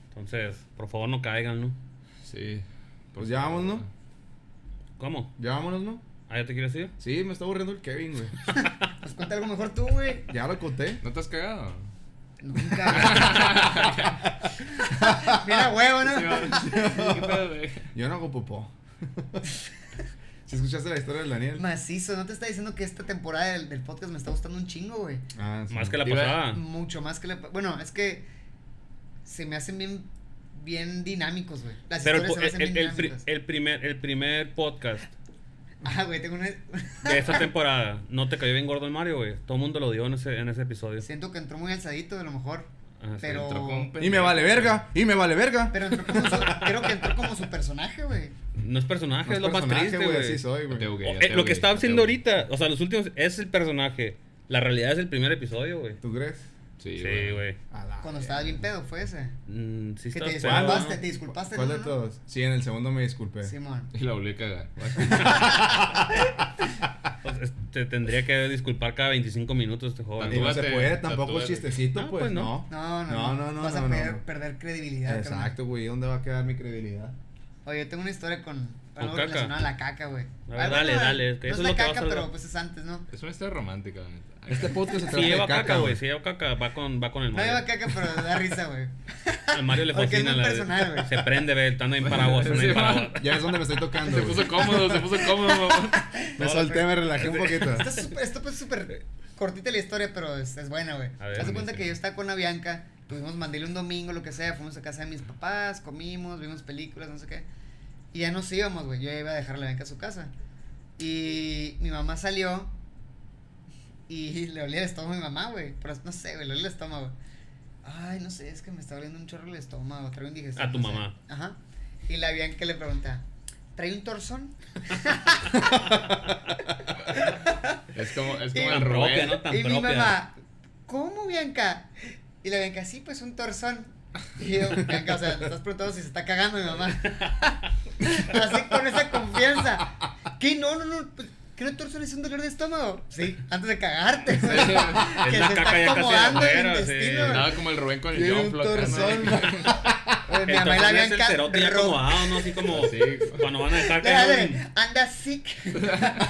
C: Entonces, por favor, no caigan, ¿no?
B: Sí.
A: Pues ya vamos, ¿no?
C: ¿Cómo?
A: Ya vámonos, ¿no?
C: ¿Ah, ya te quieres ir?
A: Sí, me está aburriendo el Kevin, güey.
D: Pues cuenta algo mejor tú, güey.
A: Ya lo conté.
B: ¿No te has
D: [laughs]
B: cagado?
D: Nunca. Mira, huevo, ¿no?
B: ¿Qué pedo, güey?
A: Yo no hago popó. [laughs] Si escuchaste la historia del Daniel.
D: Macizo, ¿no te está diciendo que esta temporada del, del podcast me está gustando un chingo, güey?
A: Ah, sí.
C: Más que la
B: Iba-
C: pasada.
D: Mucho más que la... Bueno, es que se me hacen bien, bien dinámicos, güey. Las
C: Pero
D: historias se me
C: el,
D: hacen
C: el-
D: bien
C: el pri-
D: dinámicas.
C: el primer, el primer podcast
D: Ah, güey, tengo una...
C: de esta temporada, ¿no te cayó bien gordo el Mario, güey? Todo el mundo lo dio en ese, en ese episodio.
D: Siento que entró muy alzadito, a lo mejor.
C: Ajá, Ah, sí.
D: pero...
B: entró con pe-
A: Y me vale verga. Y me vale verga.
D: Pero entró como su- creo que entró como su personaje, güey.
C: No es personaje,
A: No
C: es lo más
A: personaje,
C: triste, güey.
A: Así soy,
B: Ya te
A: güey.
B: bugué,
C: O-
B: ya
C: eh,
B: te
C: lo
B: bugué,
C: que estaba
B: ya te
C: haciendo
B: bugué.
C: ahorita, o sea, los últimos, es el personaje. La realidad es el primer episodio, güey.
A: ¿Tú crees?
B: Sí,
C: Sí,
B: güey.
C: güey.
A: A la
D: Cuando estabas bien pedo, fue ese.
C: Mm, Ah, sí
D: Que
C: estaba
D: te
C: pedo, ¿no?
D: disculpaste, te disculpaste.
A: ¿Cuál
D: ¿no?
A: de todos? Sí, en el segundo me disculpé.
D: Simón.
B: Y la volví a cagar.
C: O sea, te tendría que disculpar cada 25 minutos este joven.
A: Y
C: güey.
A: no se
B: Tatúate,
A: puede tampoco
B: tatúate.
A: chistecito,
C: Ah,
A: pues,
C: pues,
A: no.
C: no.
D: No, no,
A: No, no, no,
D: Vas a
A: no, no,
D: perder,
A: no.
D: perder credibilidad. carnal.
A: Exacto, güey. ¿Dónde va a quedar mi credibilidad?
D: Oye, yo tengo una historia con, con
C: Con
D: algo
C: caca.
D: relacionado a la caca, güey.
C: A ver,
D: Ah,
C: dale,
D: bueno,
C: dale, que
D: No
C: eso es
D: es la
C: lo que vas
D: caca,
C: a
D: pero
C: hablar.
D: pues es antes, ¿no?
B: Es una historia romántica, la neta.
A: Este [laughs] podcast se
C: Si
A: trata
C: lleva
A: de
C: caca,
A: caca,
C: güey. Si lleva caca, va con, va con el
D: No
C: Mario.
D: lleva caca, pero da risa, güey.
C: Al Mario le
D: Porque es
C: fascina
D: muy
C: la
D: personal, güey.
C: Se prende, ve, está en paraguas, está
B: Sí,
C: en paraguas.
A: Ya es donde me estoy tocando.
B: Se
A: güey.
B: puso cómodo, se puso cómodo.
A: Me solté, me relajé un poquito.
B: Este
D: Esto Este [laughs] es súper- esto pues súper cortita la historia, pero es, es buena, güey.
C: A ver,
D: Haz de cuenta
C: sí.
D: que yo estaba con la Bianca, tuvimos mandil un domingo, lo que sea, fuimos a casa de mis papás, comimos, vimos películas, no sé qué. Y ya nos íbamos, güey. Yo ya iba a dejar a la Bianca a su casa. Y mi mamá salió y [laughs] le olía el estómago a mi mamá, güey. Pero no sé, güey, le olía el estómago. Ay, no sé, es que me está oliendo un chorro el estómago, traigo indigestión.
C: A tu
D: no sé.
C: mamá.
D: Ajá. Y la Bianca le pregunta, ¿trae un torzón?
B: Es como, es
D: Y-
B: como
C: Tan
B: el
C: propia, no
B: Rubén.
C: tan
D: y mi
C: propia.
D: mamá, ¿cómo Bianca? Y la Bianca, sí, pues un torzón. Y yo, Bianca, o sea, me estás preguntando si se está cagando mi mamá. [laughs] Así con esa confianza. ¿Qué? No, no, no. pues, ¿Qué no torzón es un dolor de estómago? Sí, antes de cagarte. güey.
C: Es
D: [laughs] que
C: la caca ya
D: se está
C: casi
D: acomodando el
C: afuera, sí.
D: intestino. güey.
B: Andaba como el Rubén con el
A: Tiene
B: John
A: un
B: flotando.
A: torzón.
D: Oye, [laughs] Pues, Mi
C: El
D: mamá y la
C: topón es el
D: Bianca.
C: cerote ya
D: ro-
C: acomodado, ¿no? Así como
B: Sí.
C: cuando van a dejar
D: Dale,
C: caer un-
D: anda sick.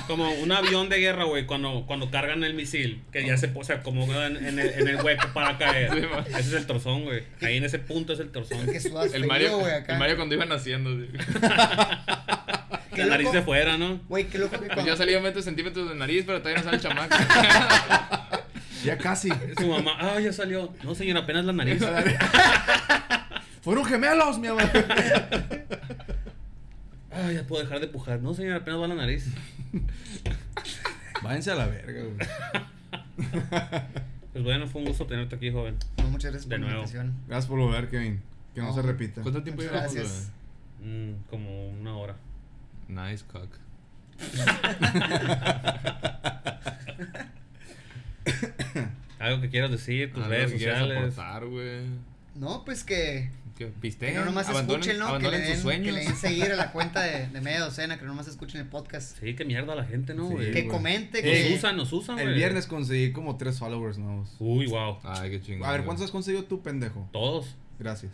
C: como un avión de guerra, güey, cuando, cuando cargan el misil, que ya se, po- se acomoda en, en el, en el hueco para caer.
B: Sí, ma.
C: Ese es el torzón, güey. Ahí en ese punto es el torzón.
D: Que sudas
B: El
D: frío,
B: Mario,
D: güey, acá.
B: el Mario cuando iban haciendo.
A: [laughs]
D: Qué
C: La nariz
D: loco-
C: de fuera, ¿no?
D: Güey, qué loco que
B: Pues ya
D: cuando...
B: salía 20 centímetros de nariz, pero todavía no sale
A: [laughs]
B: el chamaco.
A: [laughs] Ya
B: [laughs]
A: casi. [laughs]
C: Su mamá, ah, ya salió. No, señor, apenas la nariz.
A: [laughs] Fueron gemelos, mi
C: [laughs]
A: amor.
C: Ah, ya puedo dejar de pujar. No, señor, apenas va la nariz.
A: Váyanse a la verga, güey.
C: Pues bueno, fue un gusto tenerte aquí, joven.
D: No, muchas gracias
C: De
D: por la
C: nuevo.
D: invitación.
A: Gracias por volver, Kevin. Que no,
D: No,
A: se repita.
C: pues,
B: ¿Cuánto tiempo
D: Muchas
B: llevamos?
D: gracias.
C: Mm, como una hora.
B: güey? Nice cock.
C: Algo que quieras decir, tus
B: Algo
C: redes
B: que quieras
C: sociales.
B: Ah, aportar, güey.
D: No, pues que...
B: Que
D: Que
B: pistean,
D: no nomás
B: abandonen,
D: escuchen, ¿no? Que le,
B: abandonen
D: den,
B: sus sueños.
D: que le den seguir a la cuenta de, de media docena, que no nomás escuchen el
C: [laughs]
D: podcast.
C: Sí, qué mierda la gente, ¿no,
A: Sí,
C: güey?
D: que
A: güey.
D: comente,
C: Nos
A: Eh,
D: que...
C: usan, nos usan, güey.
A: El viernes conseguí como tres followers nuevos.
C: Uy, wow.
B: Ay, qué chingón.
A: A ver,
B: güey.
A: ¿cuántos has conseguido tú, pendejo?
C: Todos.
A: Gracias.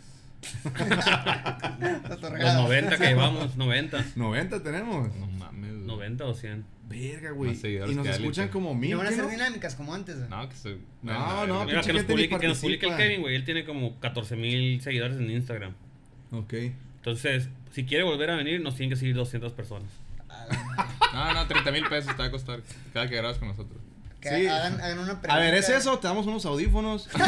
C: Los
D: Otorgado.
C: 90
D: [laughs]
C: que llevamos, 90.
A: 90 tenemos.
B: No mames. güey.
C: 90 o 100.
A: Verga, güey.
B: Más seguidores
A: Y nos
B: que Ali,
A: escuchan
B: pues.
A: como mil.
D: Y van a
A: ¿qué
D: hacer
A: no?
D: dinámicas como antes. güey.
B: No, que se.
A: No, no,
C: Mira,
A: pinche
C: que
A: gente ni
C: nos, publique, que nos publique el
A: participa.
C: Kevin, güey. Él tiene como 14 mil seguidores en Instagram.
A: Ok.
C: Entonces, si quiere volver a venir, nos tienen que seguir 200 personas.
B: No, no, 30 mil pesos te va a costar cada que grabas con nosotros.
D: Que
A: Sí.
D: hagan, hagan una pregunta.
A: A ver, ¿es eso? ¿Te damos unos
D: [laughs]
A: audífonos?
D: Se me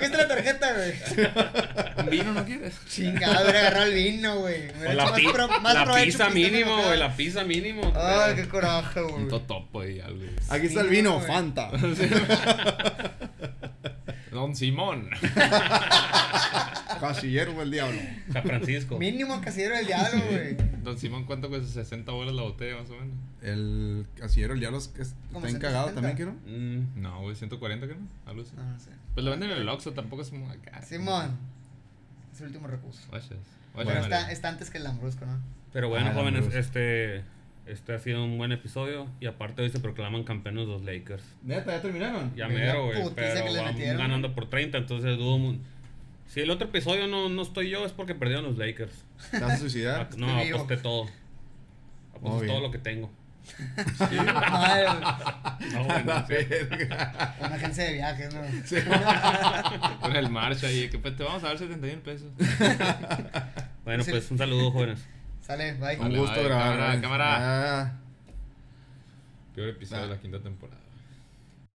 D: quita la tarjeta, güey.
B: ¿Un vino no [laughs] quieres?
D: Chingado, hubiera agarrado el vino, güey.
C: O
D: Me hubiera
C: la,
D: hecho
C: pi
D: pro- más
C: la
D: provecho
C: pizza
D: pisteando
C: mínimo,
D: acá.
C: güey. La pizza mínimo.
D: Ay, qué coraje,
B: Un
D: güey.
B: totopo y algo.
A: Aquí está el
D: Sí,
A: vino,
D: güey.
A: Fanta.
D: [laughs]
B: Don Simón.
A: Casillero del diablo.
C: San
D: [laughs]
C: Francisco.
D: Mínimo casillero del diablo, güey.
B: Don Simón, ¿cuánto cuesta? 60 bolas la botella más o menos.
A: El casillero del diablo es que es-
D: Como
A: está encagado
D: 170.
A: también, ¿quiero?
C: Mm,
B: No, güey, 140 creo. Algo así.
D: No, no sé.
B: Pues lo venden en el Oxxo, tampoco es muy acá.
D: Ah. Simón. Es el último recurso.
B: Guachas.
D: Bueno,
B: Guachas,
D: está, este
B: María.
D: está antes que el Lambrusco, ¿no?
C: Pero bueno,
A: Ah,
C: jóvenes,
A: Dios.
C: este, este ha sido un buen episodio. Y aparte hoy se proclaman campeones los Lakers.
A: Neta, ¿ya terminaron?
C: Ya
D: Mira,
C: mero, güey.
D: putiza
C: Pero
D: que le
C: van
D: metieron.
C: ganando por 30, entonces dudo. mu- Si el otro episodio no, no estoy yo, es porque perdieron los Lakers.
A: ¿Te vas a
C: Ah,
B: [laughs]
A: suicidar?
C: No,
D: Estoy vivo.
C: aposté todo.
A: Muy
C: Aposté
A: bien.
C: todo lo que
D: [laughs]
C: tengo.
D: Ay,
C: No, bueno, sí.
D: una agencia de viajes, ¿no?
B: Con el marcha ahí, que pues te vamos a dar 70 mil pesos.
C: Bueno, pues un saludo, jóvenes.
D: Sale,
B: Vale,
D: bye.
A: [laughs] Un gusto
B: vale,
A: grabar.
B: cámara,
A: güey.
B: cámara.
A: Ah.
B: Peor episodio de
A: Ah.
B: la quinta temporada.